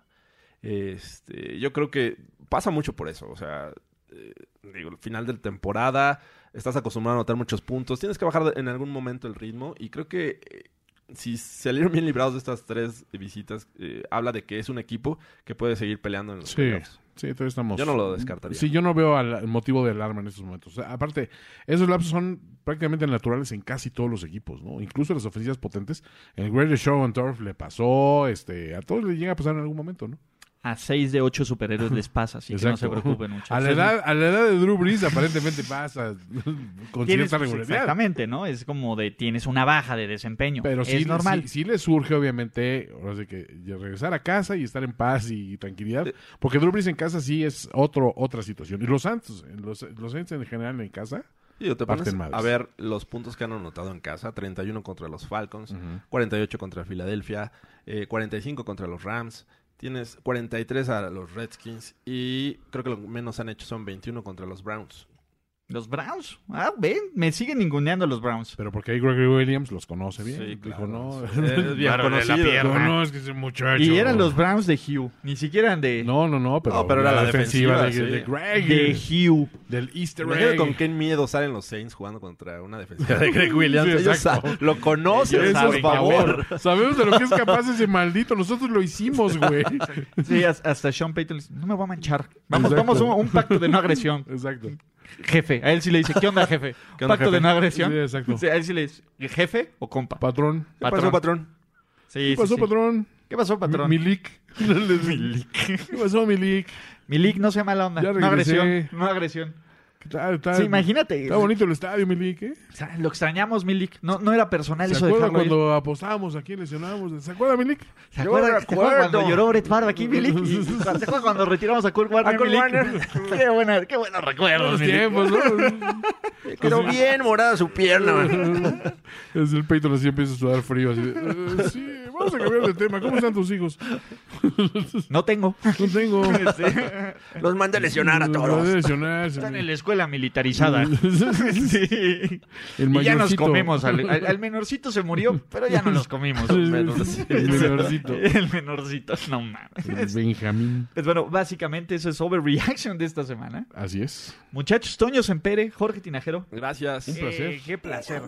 Speaker 3: Este, yo creo que pasa mucho por eso. O sea, eh, digo, el final de la temporada, estás acostumbrado a anotar muchos puntos, tienes que bajar en algún momento el ritmo y creo que eh, si salieron bien librados de estas tres visitas, eh, habla de que es un equipo que puede seguir peleando en los
Speaker 2: Sí,
Speaker 3: playoffs.
Speaker 2: sí, todavía estamos.
Speaker 3: Yo no lo descartaría.
Speaker 2: Sí, yo no veo al el motivo de alarma en estos momentos. O sea, aparte, esos lapsos son prácticamente naturales en casi todos los equipos, ¿no? Incluso las ofensivas potentes. El Greatest Show on Turf le pasó, este, a todos les llega a pasar en algún momento, ¿no?
Speaker 1: A 6 de 8 superhéroes les pasa, así que no se
Speaker 2: Exacto.
Speaker 1: preocupen mucho.
Speaker 2: A la edad, a la edad de Drew Brees aparentemente pasa con
Speaker 1: Tienes-
Speaker 2: cierta
Speaker 1: pues,
Speaker 2: regularidad.
Speaker 1: exactamente, ¿no? Es como de tienes una baja de desempeño.
Speaker 2: Pero sí,
Speaker 1: es normal.
Speaker 2: sí, sí le surge, obviamente, ahora sí que ya regresar a casa y estar en paz y tranquilidad. Porque Drew Brees en casa sí es otro, otra situación. Y los Santos, los, los Saints en general en casa.
Speaker 3: Digo, te
Speaker 2: Parten
Speaker 3: pones
Speaker 2: madres.
Speaker 3: a ver los puntos que han anotado en casa: 31 contra los Falcons, 48 contra Filadelfia, eh, 45 contra los Rams, tienes 43 a los Redskins y creo que lo menos han hecho son 21 contra los Browns.
Speaker 1: Los Browns. Ah, ven, me siguen ninguneando los Browns.
Speaker 2: Pero porque ahí Gregory Williams los conoce bien. Dijo, no.
Speaker 3: Es
Speaker 1: Claro,
Speaker 3: bien
Speaker 1: de la
Speaker 3: conocido.
Speaker 1: pierna.
Speaker 2: no, no, es que ese muchacho.
Speaker 1: Y eran los Browns de Hugh, ni siquiera eran de,
Speaker 2: No, no, no, pero,
Speaker 3: No, pero era la defensiva,
Speaker 2: de, de
Speaker 3: sí.
Speaker 2: Greg.
Speaker 1: de Hugh.
Speaker 2: del Easter
Speaker 3: Imagínate
Speaker 2: egg.
Speaker 3: con qué miedo salen los Saints jugando contra una defensiva de Greg Williams.
Speaker 2: Sí,
Speaker 3: Ellos
Speaker 2: exacto.
Speaker 3: sa- lo conocen,
Speaker 1: Ellos
Speaker 3: por
Speaker 1: saben que
Speaker 3: favor.
Speaker 2: Sabemos de lo que es capaz ese maldito. Nosotros lo hicimos, güey.
Speaker 1: Sí, as- hasta Sean Payton le dice, no me voy a manchar. Vamos,
Speaker 2: Exacto.
Speaker 1: vamos, un, un pacto de no agresión.
Speaker 2: Exacto.
Speaker 1: Jefe, a él sí le dice, ¿qué onda, jefe?
Speaker 3: ¿Qué onda,
Speaker 1: pacto
Speaker 3: jefe?
Speaker 1: de no
Speaker 2: Sí,
Speaker 1: agresión.
Speaker 2: exacto.
Speaker 1: Sí, a él sí le dice, ¿jefe o compa?
Speaker 2: Patrón.
Speaker 3: ¿Qué pasó, patrón?
Speaker 1: Sí, sí,
Speaker 2: ¿Qué pasó,
Speaker 1: sí.
Speaker 2: patrón?
Speaker 1: ¿Qué ¿Qué pasó, patrón?
Speaker 2: Milik.
Speaker 1: Milik.
Speaker 2: ¿Qué pasó, Milik?
Speaker 1: Milik, no sea mala onda.
Speaker 2: Ya
Speaker 1: No
Speaker 2: regresé.
Speaker 1: agresión. No agresión.
Speaker 2: ¿Qué tal? Está-
Speaker 1: Sí, imagínate.
Speaker 2: Está bonito el estadio, Milik, ¿eh?
Speaker 1: O sea, lo extrañamos, Milik. No, no era personal
Speaker 2: ¿Se
Speaker 1: eso de
Speaker 2: acuerda
Speaker 1: dejarlo ir.
Speaker 2: cuando apostábamos aquí, lesionábamos? ¿Se acuerda, Milik?
Speaker 1: ¿Se
Speaker 3: Yo
Speaker 1: acuerdan-
Speaker 3: me
Speaker 1: se acuerdan cuando
Speaker 3: acuerdo.
Speaker 1: lloró Brett Favre aquí, Milik? Y- ¿Se acuerdan cuando retiramos a Kurt Warner,
Speaker 3: A Kurt
Speaker 1: Milik?
Speaker 3: Warner.
Speaker 1: qué, buena, qué buenos recuerdos,
Speaker 2: Los
Speaker 1: Milik.
Speaker 2: tiempos, ¿no?
Speaker 3: Quedó bien morada su pierna.
Speaker 2: Es el peito así empieza a sudar frío. Así de, "Eh, sí, vamos a cambiar de tema. ¿Cómo están tus hijos?
Speaker 1: No tengo.
Speaker 2: No tengo.
Speaker 3: Los manda a lesionar a
Speaker 2: Van
Speaker 3: todos.
Speaker 2: lesionarse.
Speaker 1: Están en la escuela militarizada. sí. Y
Speaker 2: El
Speaker 1: ya nos
Speaker 2: mayorcito.
Speaker 1: comimos. Al, al- al menorcito se murió, pero ya no nos comimos.
Speaker 2: El
Speaker 3: menorcito.
Speaker 2: menorcito.
Speaker 1: El menorcito, no mames.
Speaker 2: El Benjamín.
Speaker 1: Pues bueno, básicamente eso es Overreaction de esta semana.
Speaker 2: Así es.
Speaker 1: Muchachos, Toño Sempere, Jorge Tinajero.
Speaker 3: Gracias.
Speaker 2: Un placer.
Speaker 1: Eh, qué placer.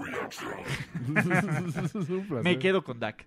Speaker 2: Un placer.
Speaker 1: Me quedo con Dak.